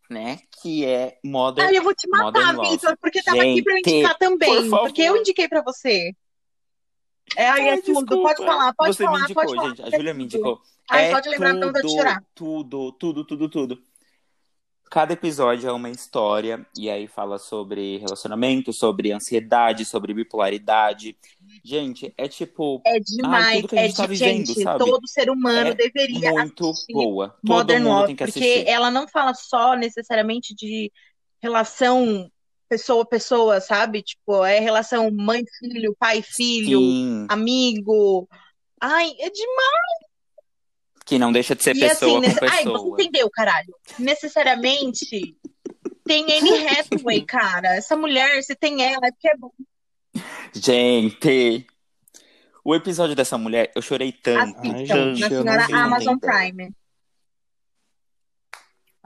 né? Que é Modern. Ah, eu vou te matar, Modern Love. Vitor, porque tava aqui pra eu Gente, indicar também, por favor. porque eu indiquei pra você. É, aí é Ai, tudo, pode desculpa. falar, pode Você falar, me indicou, pode falar. gente. A Júlia me indicou. Ai, é pode lembrar, porque eu vou te tudo, tirar. Tudo, tudo, tudo, tudo. Cada episódio é uma história, e aí fala sobre relacionamento, sobre ansiedade, sobre bipolaridade. Gente, é tipo É demais, tudo que a é gente tá de- vivendo, gente, sabe? todo ser humano É deveria muito assistir boa. Todo Modern mundo Love, tem que porque assistir. ela não fala só necessariamente de relação pessoa a pessoa, sabe? Tipo, é relação mãe-filho, pai-filho, Sim, amigo. Ai, é demais. que não deixa de ser E pessoa assim, nesse- com pessoa. ai, você entendeu, caralho? Necessariamente tem Anne Hathaway, cara. Essa mulher, se tem ela, é porque é bom. Gente, o episódio dessa mulher, eu chorei tanto. Ai, Assistam gente, na eu não senhora vi, não tenho Amazon ideia. Prime. É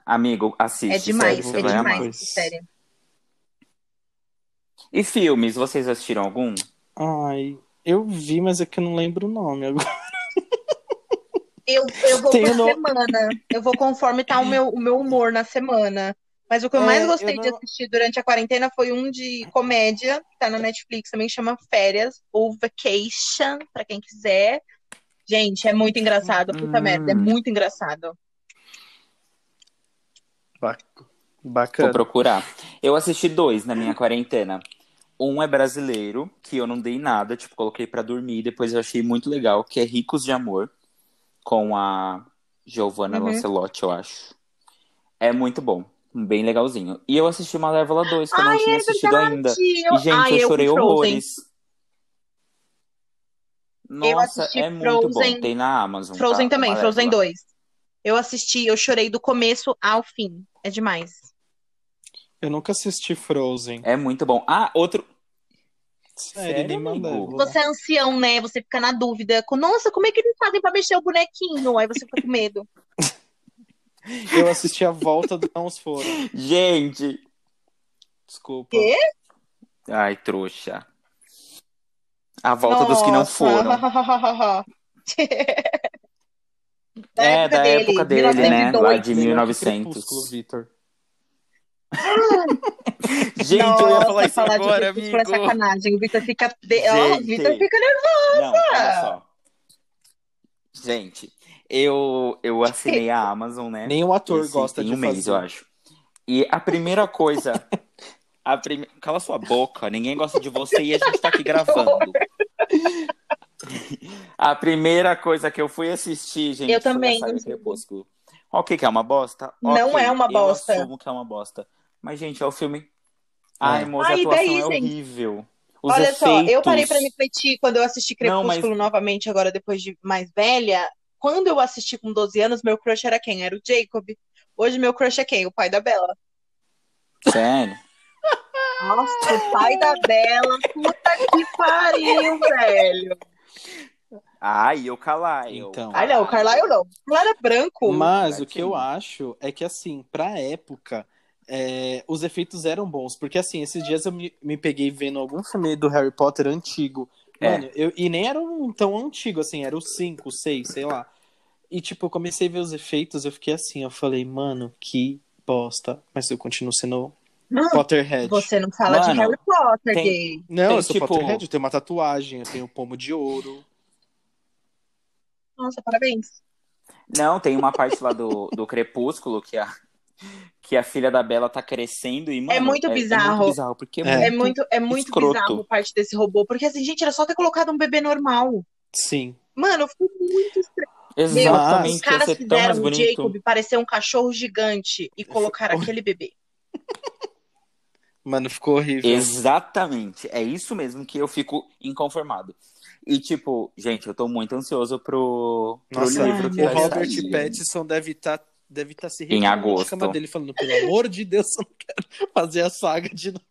Amigo, assiste, É demais, sério, você é vai demais, amar. amar. sério. E filmes, vocês assistiram algum? Ai, eu vi, mas é que eu não lembro o nome agora. Eu, eu vou Tem por o nome. semana. Eu vou conforme tá o meu, o meu humor na semana. Mas o que eu É, mais eu gostei de não- assistir durante a quarentena foi um de comédia, que tá na Netflix, também chama Férias, ou Vacation, pra quem quiser. Gente, é muito engraçado, puta Hum. merda, é muito engraçado. Vou Bacana. procurar. Eu assisti dois na minha quarentena. Um é brasileiro, que eu não dei nada, tipo, coloquei pra dormir, depois eu achei muito legal, que é Ricos de Amor, com a Giovanna Uhum. Lancelotti, eu acho. É muito bom, bem legalzinho. E eu assisti Malévola 2, que eu não Ai, é tinha assistido ainda. Tio, E, gente, ai, eu Ah, eu chorei com Frozen. horrores. Nossa, assisti é muito Frozen- bom. Tem na Amazon. Frozen tá? também, Malévola. Frozen 2. Eu assisti, eu chorei do começo ao fim. É demais. Eu nunca assisti Frozen. É muito bom. Ah, outro. Sério, nem É amigo? Malévola. Você é ancião, né? Você fica na dúvida. Com- Nossa, como é que eles fazem pra mexer o bonequinho? Aí você fica com medo. Eu assisti a volta do Não Os Foram. Gente! Desculpa. Quê? Ai, trouxa. A volta dos que não Nossa. foram. da É, época da dele, época dele, né? 1902. Lá de Melhor que 1900. Crepúsculo, Vitor. Gente, Nossa, eu ia falar isso falar de agora, Crepúsculo amigo. é sacanagem. O Vitor fica. De... Ó, o Gente. Vitor fica nervoso. Não, olha só. Gente, eu, eu assinei a Amazon, né? Nem o ator Esse gosta tem de um mês, fazer. eu acho. E a primeira coisa. A prime... Cala sua boca, ninguém gosta de você e a gente tá aqui gravando. A primeira coisa que eu fui assistir, gente, Eu foi a também, saga inclusive. Crepúsculo. Ok, que é uma bosta? Não Ok, é uma bosta. Eu assumo que é uma bosta. Mas, gente, é o filme. Ai, moça, a Ai, e atuação daí, é gente? horrível. Os Olha só, eu efeitos- parei pra refletir quando eu assisti Não, Crepúsculo novamente, agora depois de mais velha. Quando eu assisti com 12 anos, meu crush era quem? Era o Jacob. Hoje meu crush é quem? O pai da Bela. Sério? Nossa, o pai da Bela, puta que pariu, velho. Ai, eu calar. eu- Então. Ah, não, o Carlyle não. O Carlyle é branco. Mas Vai o que sim. eu acho é que, assim, pra época, é, os efeitos eram bons. Porque, assim, esses dias eu me, me peguei vendo algum filme do Harry Potter antigo. É. Mano, eu, e nem era um tão antigo, assim, era o 5, 6, sei lá. E, tipo, eu comecei a ver os efeitos, eu fiquei assim, eu falei, mano, que bosta. Mas eu continuo sendo Hum, Não, Potterhead. Você não fala de Mano, Harry Potter, tem- gay. Não, Tem, eu sou tipo- Potterhead, eu tenho uma tatuagem, eu tenho um pomo de ouro. Nossa, parabéns. Não, tem uma parte lá do, do Crepúsculo que a, que a filha da Bela tá crescendo e, mano, muito É bizarro. muito bizarro, porque É. É muito, é muito escroto. bizarro parte desse robô. Porque assim, gente, era só ter colocado um bebê normal. Sim. Mano, eu fico muito estranho. Exatamente, Os ia caras ser tão mais fizeram o bonito. Jacob parecer um cachorro gigante e colocaram aquele bebê. Mano, ficou horrível. Exatamente. É isso mesmo que eu fico inconformado. E, tipo, gente, eu tô muito ansioso pro, pro Nossa, livro que o vai Robert sair. Pattinson deve estar deve tá se Em revirando na agosto. cama dele falando, pelo amor de Deus, eu não quero fazer a saga de novo.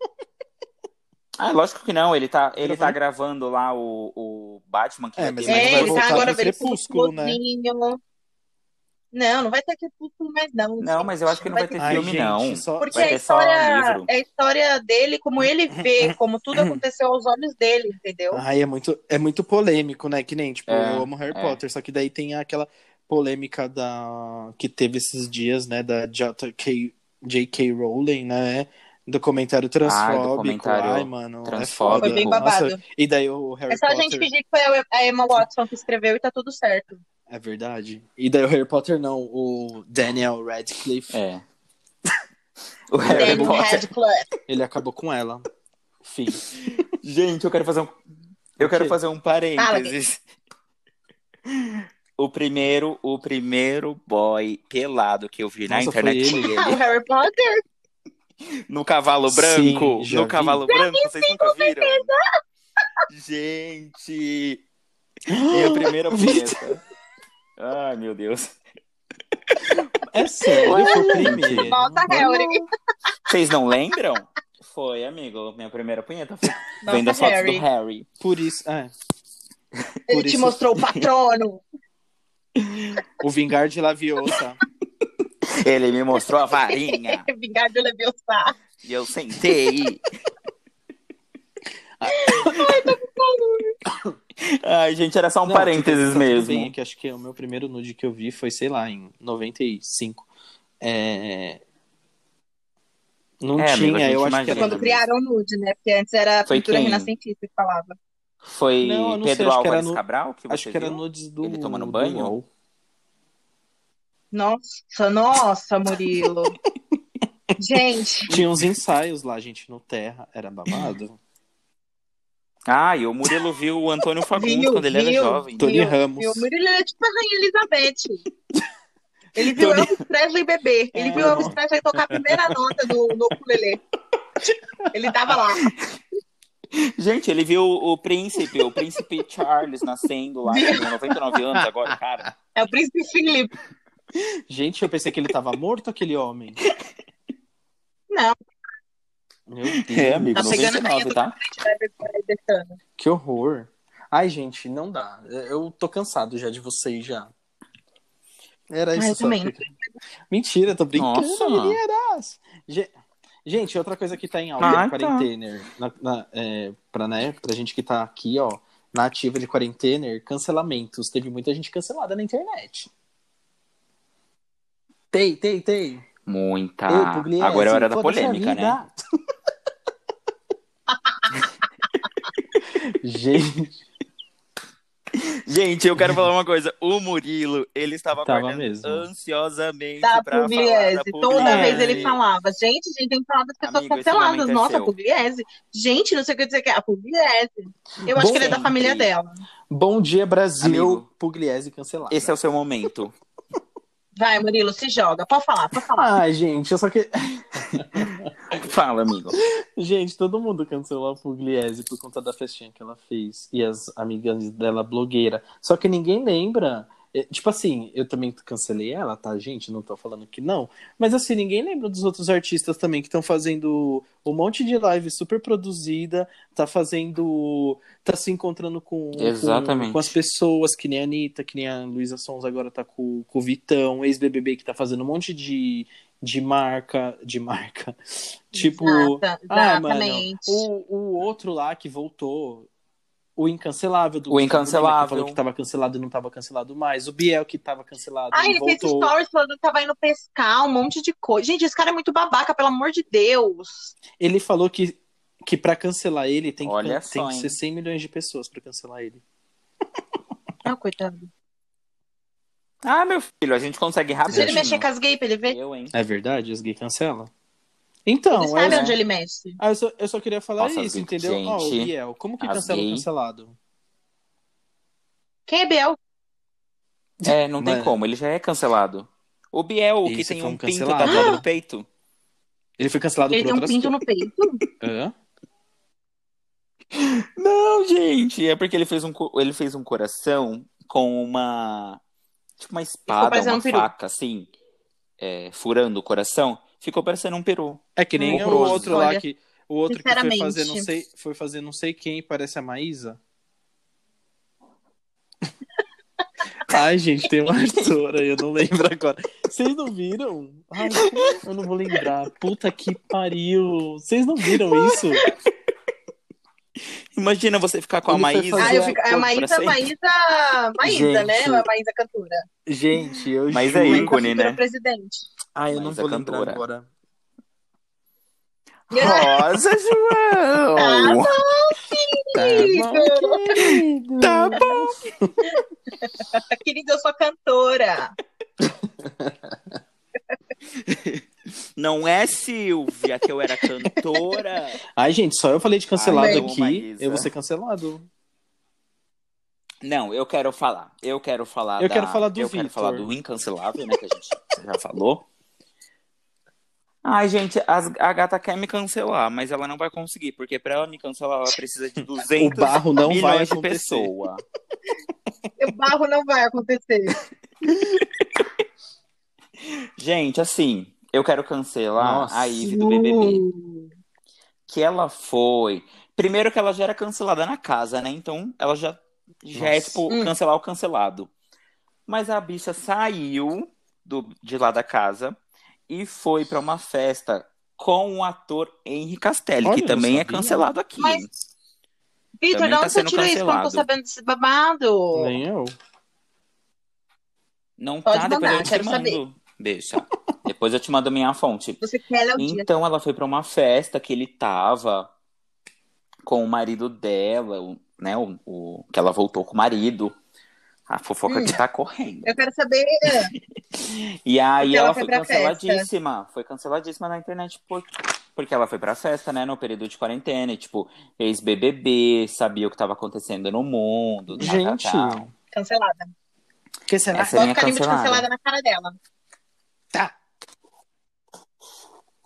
Ah, lógico que não. Ele tá, ele Gravando? tá gravando lá o, o Batman. Que Uhum. É, vai mas ter ele mais- é, vai ele voltar tá agora pro ele tá Crepúsculo, né? sozinho. Não, não vai ter crepúsculo mais, não. Não, mas eu acho que não vai ter Ai, filme, gente, não. só- Porque vai a ter só um história, livro. é a história dele, como ele vê, como tudo aconteceu aos olhos dele, entendeu? Ah, Ai, é muito, é muito polêmico, né? Que nem, tipo, É, eu amo Harry é. Potter, só que daí tem aquela polêmica da que teve esses dias, né, da JK, J.K. Rowling, né, do comentário transfóbico. Ah, do comentário Ai, mano, é transfóbico. Foi bem Nossa, babado. Nossa, e daí o Harry é só a Potter... gente fingir que foi a- a Emma Watson que escreveu e tá tudo certo. É verdade. E daí o Harry Potter não, o Daniel Radcliffe, É. O Harry Danny Potter. Radcliffe. ele acabou com ela. Fim. Gente, eu quero fazer um. O Eu quero quê? fazer um parênteses. O primeiro, o primeiro boy pelado que eu vi na Nossa, foi internet ele. Ah, o Harry Potter? No cavalo Sim, branco. já no vi. cavalo branco, vocês nunca viram? Gente! Minha primeira punheta. Ai, meu Deus. É sério, foi o primeiro. Volta, Harry. Vocês não lembram? Foi, amigo. Minha primeira punheta foi vendo Volta, as fotos do Harry. Harry. Por isso, é. Ele Por te isso- mostrou o patrono. O Vingar de Laviosa. Ele me mostrou a varinha. Vingar de Leviosa. e eu sentei. Ai, gente, era só um tá Não, parênteses tudo mesmo. Bem, é que acho que o meu primeiro nude que eu vi foi, sei lá, em 95. É... Não É, amigo, tinha, a gente eu acho imagina. que era. Quando criaram o nude, né? Porque antes era a Foi pintura quem? renascentista que falava. Foi Não, eu não sei, Pedro acho que era Álvares no- Cabral que você Acho que era viu? nudes do. Ele tomando do banho? UOL. Nossa, nossa, Murilo. Gente, Tinha uns ensaios lá, gente, no Terra. Era babado. Ah, e o Murilo viu o Antônio Fagundes Viu, quando ele era viu. jovem. Tony Meu, Ramos. meu Murilo ele é tipo a Rainha Elizabeth. Ele viu Tony- Elvis Presley bebê. Ele É, viu Elvis Presley tocar a primeira nota do no ukulele. Ele tava lá. Gente, ele viu o príncipe, o príncipe Charles nascendo lá, com 99 anos agora, cara. É o príncipe Felipe. Gente, eu pensei que ele tava morto, aquele homem. Não. Meu Deus. É, amigo, Tá pegando a rainha 99, do tá? Que horror. Ai, gente, não dá. Eu tô cansado já de vocês já. Era Ah, isso eu só. também. Mentira, tô brincando. Nossa. meninas. Ge- Gente, outra coisa que tá em alta Ah, na tá. quarentena, na, na, é, pra, né, pra gente que tá aqui, ó, na ativa de quarentena, cancelamentos. Teve muita gente cancelada na internet. Tem, tem, tem. Muita. Ei, Pugliese, Agora é hora da foda-se a polêmica, né? vida. gente, Gente, eu quero falar uma coisa. O Murilo, ele estava Tava aguardando mesmo. ansiosamente Da pra Pugliese. falar da Toda Pugliese. vez ele falava, gente, gente, tem que falar das pessoas Amigo, esse canceladas. momento é Nossa, seu. a Pugliese. Gente, não sei o que dizer que é. A Pugliese. Eu acho Bom, que ele é da família sempre. dela. bom dia, Brasil. Amigo. Pugliese cancelado. Esse é o seu momento. Vai, Murilo, se joga. Pode falar, pode falar. Ai, gente, eu só que. Fala, amigo. Gente, todo mundo cancelou a Pugliese por conta da festinha que ela fez. E as amigas dela, blogueira. Só que ninguém lembra. É, Tipo assim, eu também cancelei ela, tá, gente? Não tô falando que não. Mas assim, ninguém lembra dos outros artistas também que estão fazendo um monte de live super produzida, tá fazendo. tá se encontrando com, com- Exatamente. com, as pessoas, que nem a Anitta, que nem a Luísa Sons agora tá com, com o Vitão, ex-BBB que tá fazendo um monte de, de marca. De marca. Tipo. Exata- Ah, mano, exatamente. o, o outro lá que voltou, o incancelável do O incancelável. que falou que tava cancelado e não tava cancelado mais, o Biel que tava cancelado Ah, e ele fez voltou. stories falando que tava indo pescar, um monte de coisa. Gente, esse cara é muito babaca, pelo amor de Deus. Ele falou que que para cancelar ele tem que, Olha tem só, que hein. ser 100 milhões de pessoas pra cancelar ele. Ah, coitado. Ah, meu filho, a gente consegue Deixa ele rapidinho. mexer com as gays pra ele ver. Eu, hein? É verdade? As gays cancelam? Ele Então, é sabe né? onde ele mexe. Ah, eu só, eu só queria falar Nossa, isso, gente. entendeu? Ó, o Biel, como que As cancela o gay. cancelado? Quem é Biel? É, não tem Mano. como, ele já é cancelado. O Biel, o que Esse tem foi um um pinto cancelado. Ah! tatuado no peito. Ele foi cancelado Ele por tem um outras pinto no peito. co- Hã? Não, gente, é porque ele fez um, co- ele fez um coração com uma. Tipo uma espada, parecendo uma um peru. faca, assim, é, furando o coração. Ficou parecendo um peru. É que nem o Horroroso. outro lá Olha, que. O outro que foi sinceramente. fazer, não sei, foi fazer não sei quem, parece a Maísa. Ai, gente, tem uma atora, eu não lembro agora. Vocês não viram? Ai, como eu não vou lembrar. Puta que pariu. Vocês não viram isso? Imagina você ficar com a Ele foi Maísa. fazer- um Ah, eu fico... É a pra Maísa, sempre. Maísa, Maísa, Gente. né? A Maísa cantora. Gente, eu Mas juro. é Maísa ícone, futura né? presidente. Ai, eu não Maísa vou lembrar cantora. agora. Rosa, Ah, João! Tá Querido, bom. Tá bom. querida, eu sou cantora. Não é Silvia, que eu era cantora. Ai, gente, só eu falei de cancelado Ai, eu amo aqui, Maísa. eu vou ser cancelado. Não, eu quero falar. Eu quero falar Eu da- quero falar do Eu quero Victor. falar do incancelável, né? Que a gente já falou. Ai, gente, as- a gata quer me cancelar, mas ela não vai conseguir, porque pra ela me cancelar, ela precisa de 200 O barro não milhões vai de acontecer. pessoa. O barro não vai acontecer. Gente, assim, eu quero cancelar Nossa. a Ivy do BBB. Que ela foi. Primeiro que ela já era cancelada na casa, né? Então ela já, já é, Nossa. tipo, Hum. cancelar o cancelado. Mas a bicha saiu do, de lá da casa e foi pra uma festa com o ator Henry Castelli, Olha, que eu também não é sabia. cancelado aqui. Mas- hein? Vitor, Também de tá onde você sendo tirou isso? Como eu tô cancelado. sabendo desse babado? Nem eu. Não Pode tá, depois mandar, eu te quero mando. saber. Deixa. depois eu te mando a minha fonte. Você quer ela É o dia. Então ela foi pra uma festa que ele tava com o marido dela, o- né? O, o- que ela voltou com o marido. A fofoca Hum. que tá correndo. Eu quero saber. E aí Porque ela, ela foi foi pra canceladíssima. Foi canceladíssima na internet por... porque ela foi pra festa, né? No período de quarentena. E, tipo, ex-BBB, sabia o que tava acontecendo no mundo. tá, tá, Gente, tá. Cancelada. cancelar. Essa é minha Coloca carimbo de cancelada. cancelada na cara dela.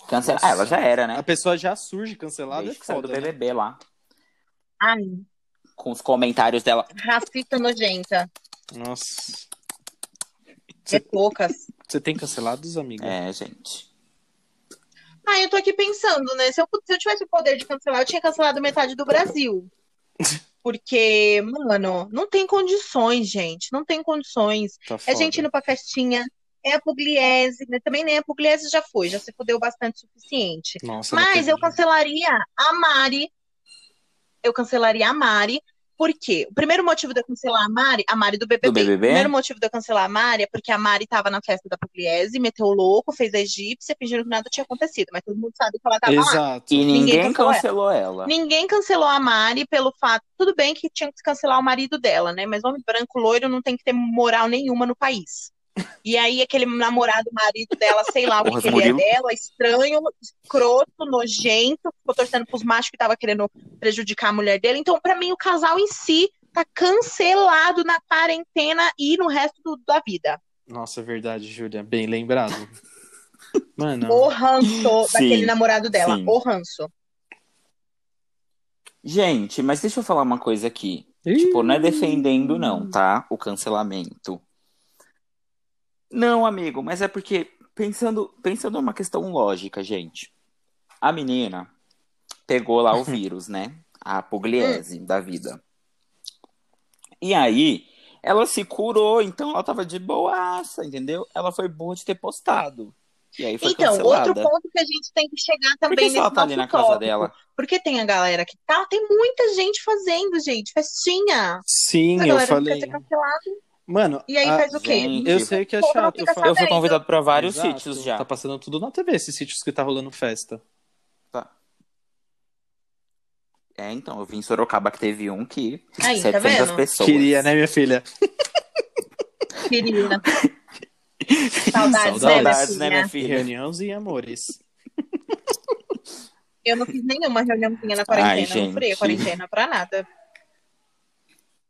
Cancela... Ah, ela já era, A né? pessoa já surge cancelada, Desde é que saiu do foda, né? BBB lá. Ai, Com os comentários dela. racista nojenta. Nossa. É poucas. Você tem cancelados, amiga? É, gente. Ah, eu tô aqui pensando, né? Se eu, se eu tivesse o poder de cancelar, eu tinha cancelado metade do Brasil. Porque, mano, não tem condições, gente. Não tem condições. Tá É foda. gente indo pra festinha. É a Pugliese, né? Também nem a Pugliese já foi, já se fudeu bastante o suficiente. Nossa, não Mas acredito. eu cancelaria a Mari. Eu cancelaria a Mari. Por quê? O primeiro motivo de eu cancelar a Mari, a Mari do BBB. Do BBB? O primeiro motivo de eu cancelar a Mari é porque a Mari tava na festa da Pugliese, meteu o louco, fez a egípcia, fingindo que nada tinha acontecido. Mas todo mundo sabe que ela tava lá. Exato. E ninguém, Ninguém cancelou cancelou ela. Ninguém cancelou a Mari pelo fato. Tudo bem que tinha que cancelar o marido dela, né? Mas homem branco loiro não tem que ter moral nenhuma no país. E aí, aquele namorado, marido dela, sei lá o Porra, que, que ele é Murilo. dela, estranho, escroto, nojento, ficou torcendo pros machos que tava querendo prejudicar a mulher dele. Então, pra mim, o casal em si tá cancelado na quarentena e no resto do- da vida. Nossa, é verdade, Júlia. Bem lembrado. Mano. O ranço Hum. Sim, daquele namorado dela. sim. O ranço. Gente, mas deixa eu falar uma coisa aqui. Ih, Tipo, não é defendendo, não, tá? O cancelamento. Não, amigo, mas é porque, pensando, pensando numa questão lógica, gente. A menina pegou lá o vírus, né? A pugliese da vida. E aí, ela se curou, então ela tava de boaça, entendeu? Ela foi boa de ter postado. E aí foi Então, cancelada. outro ponto que a gente tem que chegar Por que também se ela nesse tá ali nosso na casa tópico. dela? Porque tem a galera que tá, tem muita gente fazendo, gente, festinha. Sim, a eu galera falei. quer ser cancelada. Mano, E aí Ah, a- faz o quê? gente, eu sei que é O povo não chato. fica fa- Eu fui Parabéns, convidado pra vários Exato. sítios já. Tá passando tudo na TV, esses sítios que tá rolando festa. É, então, eu vim em Sorocaba que teve um que Aí, tá 700 vendo? né? pessoas. Queria, né, minha filha? queria. Saudades, Saudades, né, né, minha minha filha? filha? Reuniões e amores. Eu não fiz nenhuma reuniãozinha na quarentena. Ai, eu não furei a gente. quarentena pra nada.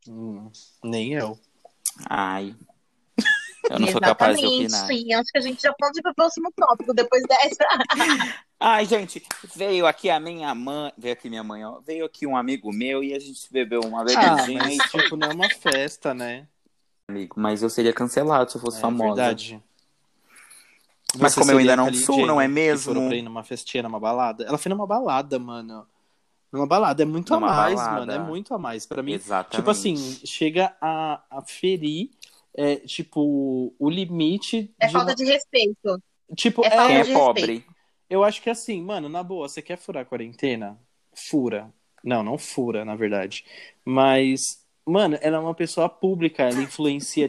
Hum, nem eu. Ai. Eu não sou capaz de Exatamente, opinar. Sim, acho que a gente já pode ir pro próximo tópico depois dessa. Ai, gente, veio aqui a minha mãe. Veio aqui minha mãe, ó. Veio aqui um amigo meu e a gente bebeu uma Ah, bebidinha. um mas tipo, não é uma festa, né? amigo, mas eu seria cancelado se eu fosse É famosa. verdade. Mas Você como eu seria ainda não aquela sou, Jane não é que mesmo? Foram pra ir numa festinha, numa balada. Ela foi numa balada, mano. Numa balada, é muito Numa a mais, balada. mano. É muito a mais. Pra mim, Exatamente. Tipo assim, chega a, a ferir, é, tipo, o limite É de falta uma- de respeito. Tipo, é é, quem falta é de respeito. pobre. eu acho que assim, mano, na boa, você quer furar a quarentena? Fura. Não, não fura, na verdade. Mas, mano, ela é uma pessoa pública, ela influencia,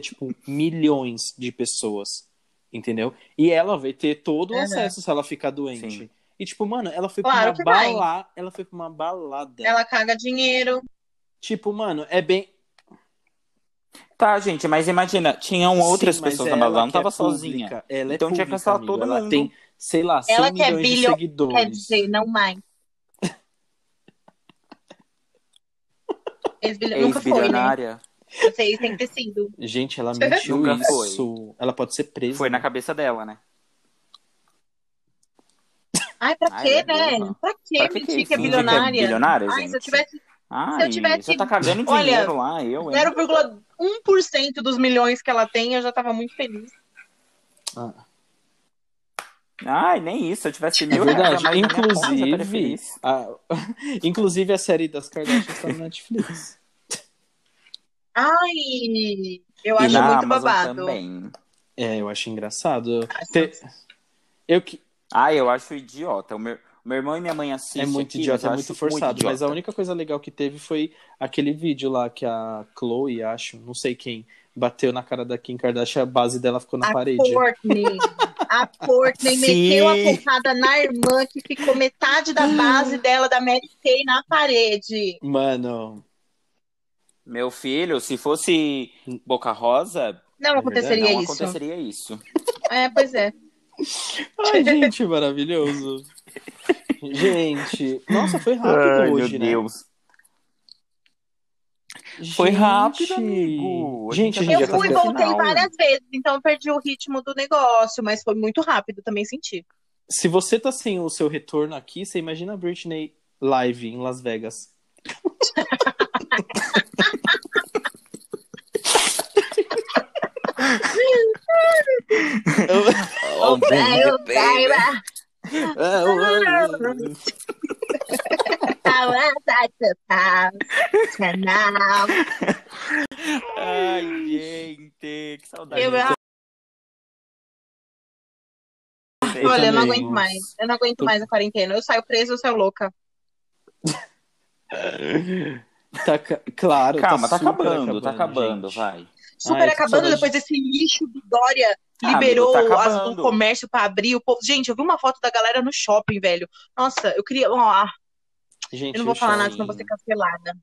tipo, milhões de pessoas. Entendeu? E ela vai ter todo o Uhum. acesso se ela ficar doente. Sim. E, tipo, mano, ela foi Claro pra que uma vai. balada. Ela foi pra uma balada. Ela caga dinheiro. Tipo, mano, é bem. Tá, gente, mas imagina, tinham outras Sim, mas pessoas na ela balada, ela não que é tava sozinha. pública, Ela é Então tinha que pública, afastar amigo. todo Ela mundo. tem, sei lá, 100 Ela que é milhões de bilhão- seguidores. Quer dizer, não mais. Ex-bilhão- Nunca foi, né? Ex-bilionária. Vocês têm que ter sido. Gente, ela mentiu Nunca foi. isso. Ela pode ser presa. Foi na cabeça dela, né? Ai, pra Ai, quê, meu Deus, né? não. Pra quê Pra que que mentir que é finge que é bilionária? bilionária, Ai, se eu gente? tivesse Ai, eu tivesse- já tá cagando em Olha, dinheiro lá, eu, hein? 0,1% dos milhões que ela tem, eu já tava muito feliz. Ah, Ai, nem isso, se eu tivesse é mil reais a verdade. mais na minha conta, eu estaria Inclusive, feliz. a... inclusive a série das Kardashians tá na Netflix. Ai, eu E acho na muito Amazon babado. também. É, eu acho engraçado. Te- Eu que... Ai, eu acho idiota. O meu, meu irmão e minha mãe assistem. É muito aqui, mas idiota, eu é acho muito forçado. idiota. Mas a única coisa legal que teve foi aquele vídeo lá que a Chloe, acho, não sei quem, bateu na cara da Kim Kardashian, a base dela ficou na a parede. Courtney. A Courtney Sim. meteu a porrada na irmã que ficou metade da base dela da Mary Kay na parede. Mano, Meu filho, se fosse Hum. Boca Rosa, Não É aconteceria não isso. aconteceria isso. É, pois é. Ai, gente, maravilhoso. Gente, nossa, foi rápido hoje, né? Deus. Foi Gente. rápido, amigo. A Gente, gente a já gente Eu já tá fui e ficando- voltei final. várias vezes, então eu perdi o ritmo do negócio, mas foi muito rápido, também senti. Se você tá sem o seu retorno aqui, você imagina a Britney live em Las Vegas. Oh, baby, Eu- baby. I was at the house, and now Ai, Tá gente, que saudade. Eu- Gente, Olha, eu não também, aguento nossa. mais. Eu não aguento mais a quarentena. Eu saio presa, eu saio louca. Tá, ca- claro, Calma, tá super acabando, tá acabando, gente. vai. Super Ai, tô com acabando saudade. depois desse lixo do Dória. Ah, Liberou amigo, tá as- acabando. o comércio pra abrir. O povo... Gente, eu vi uma foto da galera no shopping, velho. Nossa, eu queria. ó, ah, Gente, eu não vou falar shopping. nada, senão vou ser cancelada.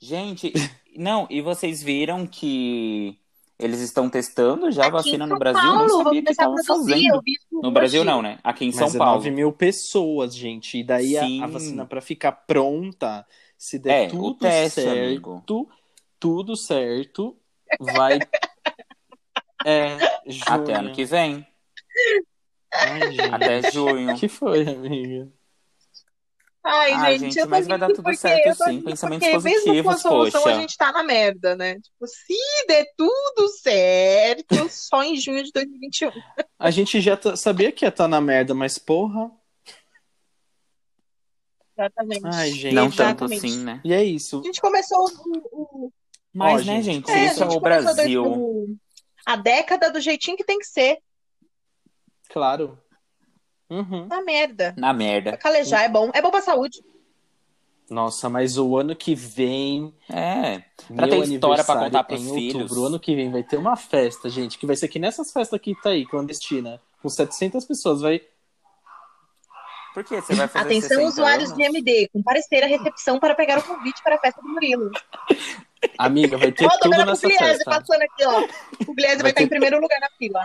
Gente, não, e vocês viram que eles estão testando já a Aqui em vacina no São Brasil? Paulo, Nem vou sabia que começar a tava produzir. fazendo. Eu vi isso No hoje. Brasil não, né? Aqui em São Mas é Paulo. 9 mil pessoas, gente. E daí a, a Sim. vacina pra ficar pronta, se der É, o tudo teste, certo, amigo. tudo certo, vai. É, junho. Até ano que vem, Ai, gente. até junho. É. que foi, amiga? Ai, Ah, gente, gente, eu tô mas vai nisso dar tudo porque certo, eu tô sim. nisso Pensamentos porque mesmo com a positivos, solução poxa. a gente tá na merda, né? Tipo, se der tudo certo, só em junho de 2021. A gente já tá- sabia que ia estar na merda, mas porra. Exatamente. Ai, gente. Não tanto Exatamente. assim, né? E é A isso. gente começou o- o, Mas, Ó, né, gente, gente, É, a isso é gente o começou Brasil. dois- o- A década do jeitinho que tem que ser. Claro. Uhum. Na tá merda. Na merda. Calejar é bom. É bom pra saúde. Nossa, mas o ano que vem. É. Pra ter história pra contar pros em filhos. outubro, ano que vem vai ter uma festa, gente, que vai ser que nessas festas que tá aí, clandestina, com 700 pessoas, vai... Por quê? Você vai fazer Atenção, 60 usuários anos? de MD. Comparecer à recepção para pegar o convite para a festa do Murilo. Amiga, vai ter Ó, tô tudo vendo o nessa Pugliese festa. passando aqui, ó. O Gliese vai, Vai estar ter- em primeiro lugar na fila.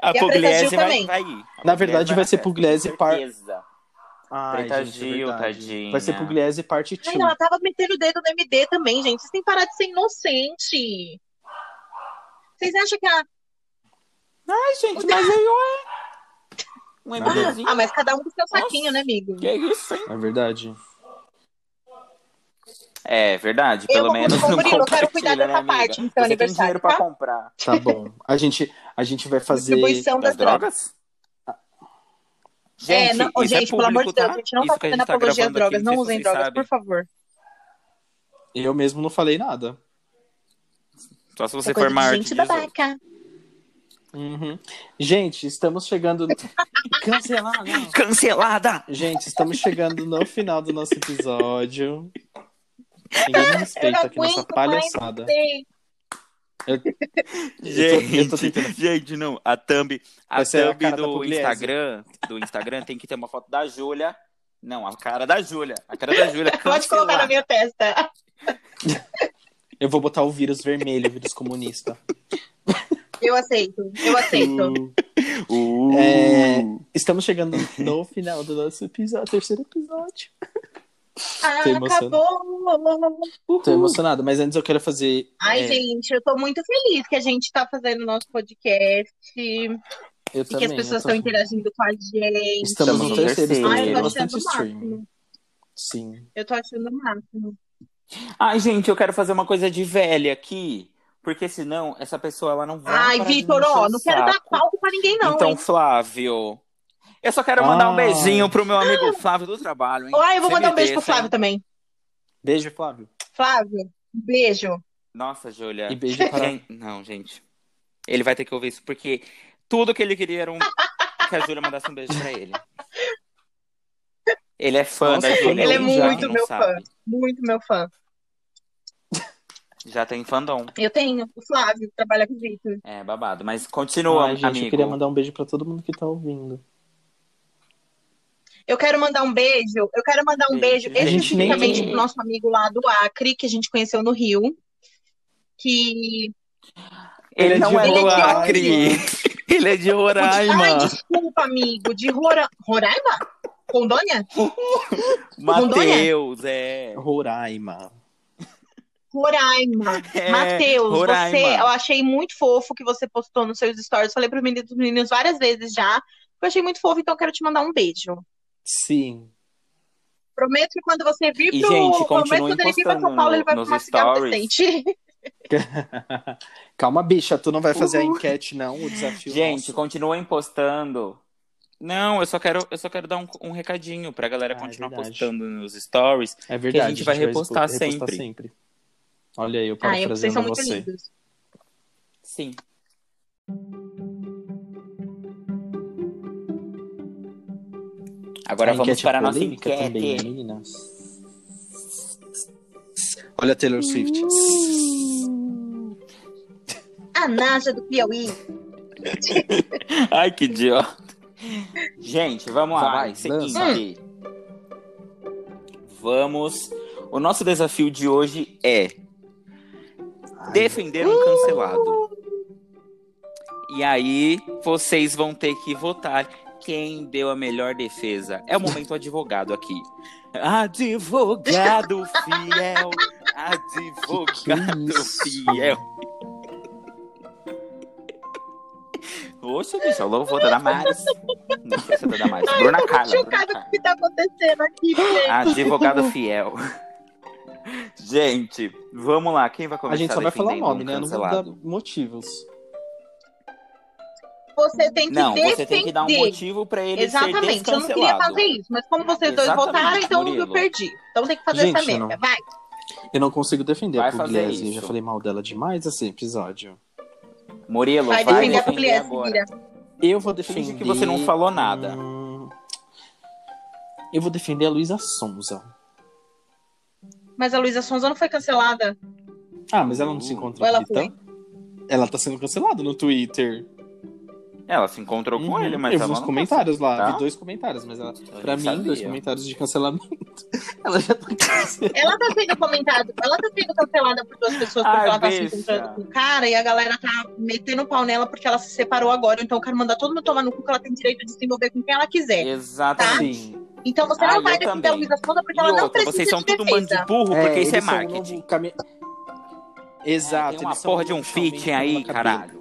A E a Preta Pugliese Gil vai, também. vai ir. A Na Pugliese verdade, vai na ser festa, Pugliese com par- certeza. Ai, Preta gente, é Gil, verdade. tadinha. Vai ser Pugliese parte 2. Ainda ela tava metendo o dedo no MD também, gente. Vocês têm que parar de ser inocente. Vocês acham que a. Ai, gente, mas aí eu é. Um Nada. MDzinho. Ah, mas cada um com seu saquinho, Nossa. né, amigo? Que isso, hein? É verdade. É verdade, Eu pelo vou menos comprar o não Murilo, eu quero compartilha, cuidar né, dessa amiga? parte no seu Você tem aniversário, dinheiro pra tá? comprar Tá bom. A gente, a gente vai fazer. Distribuição das das drogas. drogas? Gente, é, não, isso gente, é pelo amor público, de Deus, tá? a gente não Isso tá que a fazendo gente tá apologia às gravando aqui, drogas. não Não sei se vocês usem drogas, sabem. por favor. Eu mesmo não falei nada. Só se É você coisa for de maior gente de 18. babaca. Uhum. Gente, estamos chegando. Cancelar, não. Cancelada! Gente, estamos chegando no final do nosso episódio. Ninguém me Eu não respeita aqui nessa aguento mais palhaçada. vocês. Eu tô- Gente, eu tô tentando- gente, não. A thumb, a Vai é ser a thumb cara da do Pugliese. Instagram, do Instagram tem que ter uma foto da Júlia. Não, a cara da Júlia. A cara da Júlia. Pode colocar cancelada. na minha testa. Eu vou botar o vírus vermelho, o vírus comunista. Eu aceito, eu aceito. Hum. Uh, É, Estamos chegando no final do nosso episódio, terceiro episódio. Ah, tô emocionado. acabou. Tô emocionado, mas antes eu quero fazer. Ai, é, gente, eu tô muito feliz que a gente tá fazendo o nosso podcast eu e que as pessoas estão interagindo com a gente. Estamos no terceiro, estamos Ai, eu tendo tô achando bastante o streaming. Sim. Eu tô achando o máximo. Ai, gente, eu quero fazer uma coisa de velha aqui. Porque senão, essa pessoa ela não vai. Ai, parar de Vitor, me encher ó, o não quero dar saco. palco pra ninguém, não, Então, hein? Flávio. Eu só quero mandar um Ai. beijinho pro meu amigo Flávio do trabalho, hein? Ai, eu vou Você mandar me um beijo pro deixa, Flávio hein? também. Beijo, Flávio. Flávio, um beijo. Nossa, Júlia. E beijo para. Quem- Não, gente. Ele vai ter que ouvir isso, porque tudo que ele queria era um... que a Júlia mandasse um beijo pra ele. Ele é fã Nossa, da Júlia. ele é um já muito que não meu sabe. Muito meu fã. Já tem fandom. Eu tenho o Flávio, que trabalha com o Vitor. É, babado. Mas continua, Ai, gente, amigo. eu queria mandar um beijo pra todo mundo que tá ouvindo. Eu quero mandar um beijo, eu quero mandar um Beijo. beijo A gente nem- especificamente pro nosso amigo lá do Acre, que a gente conheceu no Rio. Que. Ele, Ele é não é de do Roraima. Acre. Ele é de Ai, Roraima. desculpa, amigo, de Rora... Roraima? Rondônia? Tipo, Matheus, é. Roraima. Roraima. é. Matheus, Roraima. você, eu achei muito fofo que você postou nos seus stories. Falei pro menino dos meninos várias vezes já. Eu achei muito fofo, então eu quero te mandar um beijo. Sim. Prometo que quando você vir E, pro. gente, prometo continuem que quando ele vir pra São postando Paulo, ele vai nos fumar cigarro stories. decente. Calma, bicha, tu não vai fazer a Uhul. enquete, não, o desafio. Gente, nosso. continuem postando. Não, eu só quero, eu só quero dar um, um recadinho pra galera Ah, é continuar verdade. postando nos stories. é verdade. gente vai repostar sempre. Olha aí, Ah, eu Ai, vocês parafraseando são muito você. lindos. Sim. Agora A vamos enquete para a é nossa polêmica enquete. também, né, meninas? Olha a Taylor Swift. A Naja do Piauí. Ai, que idiota. Gente, vamos lá. Vai, Vai, Hum. seguinte. lança. Vamos. O nosso desafio de hoje é defender um cancelado. E aí, vocês vão ter que votar quem deu a melhor defesa. É o momento advogado aqui. Advogado fiel. Que é Advogado isso? fiel. Oxe, bicho, eu louvo da Damares. Não sei se é da Damares. Ai, Bruna eu tô Carla. Bruna muito chocada com o Carla. que tá acontecendo aqui, gente. Advogado fiel. Gente, vamos lá. Quem vai A começar? gente só vai falar defendendo um nome, né? Eu Não vou dar cancelado? motivos. Você tem que Não, defender. você tem que dar um motivo pra ele ser Exatamente, eu não descancelado. queria fazer isso, mas como vocês dois Exatamente, votaram, então Murilo. eu perdi. Então tem que fazer Gente, essa eu não- merda. Vai. Eu não consigo defender Vai a fazer Pugliese. Eu isso. já falei mal dela demais esse episódio. Murilo, vai, Vai defender a defender Pugliese, agora. Mira. Eu vou Finge defender. que você Uhum. não falou nada. Hum, Eu vou defender a Luísa Sonza. Mas a Luísa Sonza não foi cancelada. Uhum. Ah, mas ela não se Ou encontrou ela Ela tá sendo cancelada no Twitter. Ela se encontrou com Uhum. ele, mas eu ela vi uns não comentários lá, Tá? vi dois comentários, mas ela, Eu pra nem mim, sabia. dois comentários de cancelamento. Ela já tá cancelada. Ela tá sendo comentada, ela tá sendo cancelada por duas pessoas porque Ai, ela tá Ah, besta. se encontrando com o cara e a galera tá metendo pau nela porque ela se separou agora. Então eu quero mandar todo mundo tomar no cu que ela tem direito de se envolver com quem ela quiser. Exatamente. Sim. Então você Ah, não eu vai defender também. a Luísa Sonda porque E ela não outra, precisa vocês são de tudo bando defesa. de burro, porque É, isso é eles são um novo marketing. cami- Exato. É, tem uma eles são porra de um novo caminho fit aí, pela cabeça. caralho.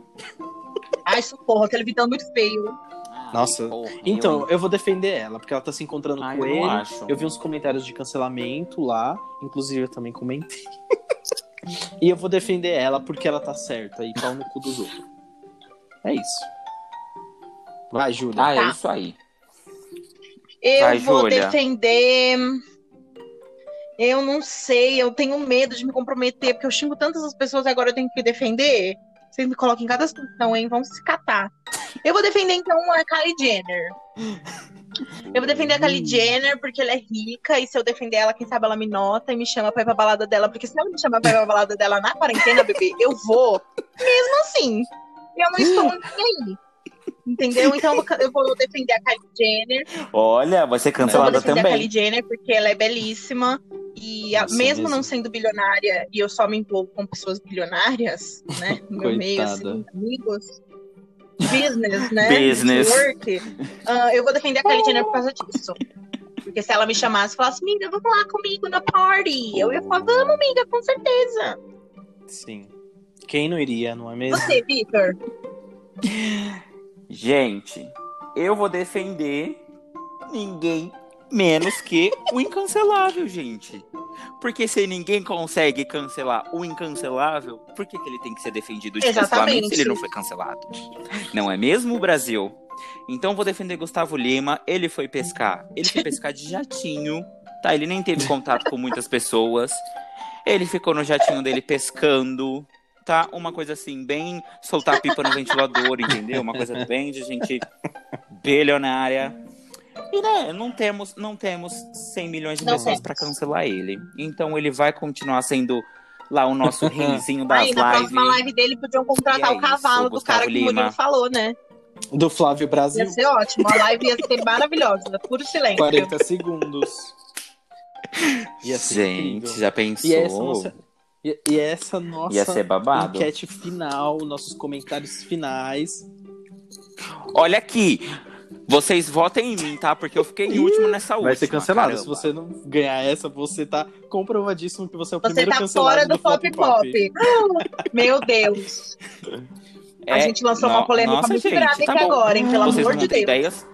Ai, socorro, aquele vidão muito feio. Ah, Nossa. porra, Então, eu, eu vou defender ela, porque ela tá se encontrando Ah, com eu não ele. acho. Eu vi uns comentários de cancelamento lá, inclusive eu também comentei. e eu vou defender ela porque ela tá certa e pau no cu dos outros. É isso. Vai, Júlia. Ah, é Tá. isso aí. Eu Vai, vou Júlia. defender. Eu não sei, eu tenho medo de me comprometer, porque eu xingo tantas as pessoas e agora eu tenho que defender. Vocês me colocam em cada situação, hein? Vão se catar. Eu vou defender, então, a Kylie Jenner. Eu vou defender a Kylie Jenner porque ela é rica, e se eu defender ela, quem sabe ela me nota e me chama pra ir pra balada dela. Porque se ela me chamar pra ir pra balada dela na quarentena, bebê, eu vou. Mesmo assim. Eu não estou nem aí. Entendeu? Então eu vou- eu vou defender a Kylie Jenner. Olha, vai ser Eu vou cancelada defender a Kylie também. Jenner porque ela é belíssima e a- Nossa, mesmo, mesmo. não sendo bilionária e eu só me envolvo com pessoas bilionárias, né, no meu meio assim, amigos, business, né, Business. network, ah, eu vou defender a Kylie Jenner por causa disso. Porque se ela me chamasse e falasse, amiga, vamos lá comigo na party, eu ia falar, vamos, amiga, com certeza. Sim. Quem não iria, não é mesmo? Ah. Você, Vitor, Gente, eu vou defender ninguém menos que o incancelável, gente. Porque se ninguém consegue cancelar o incancelável, por que, que ele tem que ser defendido de cancelamento se Exatamente. ele não foi cancelado? Não é mesmo, Brasil? Então vou defender Gustavo Lima. Ele foi pescar. Ele foi pescar de jatinho, tá? Ele nem teve contato com muitas pessoas. Ele ficou no jatinho dele pescando, tá? Uma coisa assim, bem soltar a pipa no ventilador, entendeu? Uma coisa bem de gente bilionária. E né, não temos, não temos 100 milhões de Não pessoas temos. pra cancelar ele. Então ele vai continuar sendo lá o nosso reizinho das aí na próxima lives. live dele podiam contratar E é o cavalo isso, do Gustavo cara que o Lima. Murilo falou, né? Do Flávio Brasil. Ia ser ótimo, a live ia ser maravilhosa, puro silêncio. 40 segundos. Ia ser incrível. Gente, já pensou? E essa nossa, e, e essa nossa é Ia ser babado. enquete final, nossos comentários finais. Olha aqui. Vocês votem em mim, tá? Porque eu fiquei em último nessa última. Vai ser cancelado. caramba. Se você não ganhar essa, você tá comprovadíssimo que você é o Você primeiro tá cancelado fora do pop Flop pop. Meu Deus. A É, gente lançou no- uma polêmica nossa, muito gente, grave tá aqui bom. agora, hein? Pelo Vocês amor não de têm Deus. ideias?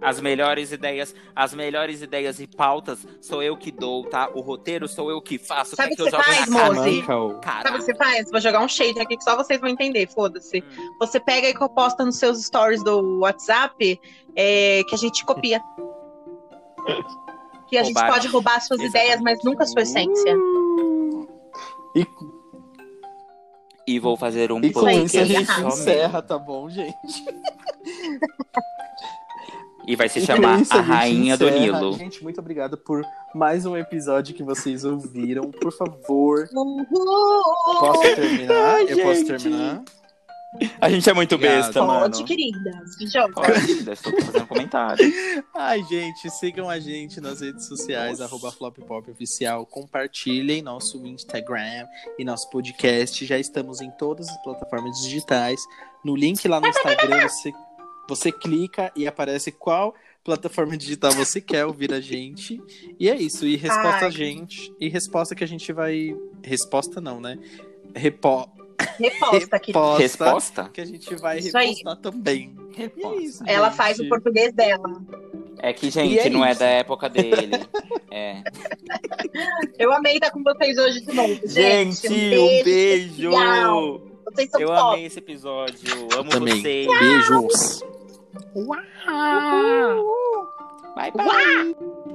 As melhores ideias, as melhores ideias e pautas sou eu que dou, tá? O roteiro sou eu que faço. Sabe o que, o é que que você eu jogo faz, na cara? moze? Mancal. Sabe o Cara, que você faz? Vou jogar um shade aqui que só vocês vão entender, foda-se. Você pega e posta nos seus stories do WhatsApp é, que a gente copia. Que a gente Roubar. pode roubar suas ideias, mas nunca a sua essência. E, e vou fazer um e com aí, podcast isso a gente só meu. encerra, tá bom, gente? E vai se E com chamar isso A gente Rainha do encerra. Nilo. Gente, muito obrigado por mais um episódio que vocês ouviram. Por favor, Uhul! posso terminar? Ai, Eu posso gente. terminar? A gente é muito Obrigado. besta, mano. Pode, queridas. Joga. Pode, estou fazendo um comentário. Ai, gente, sigam a gente nas redes sociais, arroba Flop Oficial. Compartilhem nosso Instagram e nosso podcast. Já estamos em todas as plataformas digitais. No link lá no Instagram, você, você clica e aparece qual plataforma digital você quer ouvir a gente. E é isso. E resposta a Ai. gente. E resposta que a gente vai. Resposta não, né? Repo... Reposta, querida. Reposta. Resposta? Que a gente vai Isso aí. repostar também. E é isso, Resposta. Ela gente. faz o português dela. É que, E gente, é não é isso. da época dele. É. Eu amei estar com vocês hoje de novo. Gente, um beijo! especial. Vocês são Eu top. amei esse episódio. Amo Também. vocês. Beijos. Bye, bye.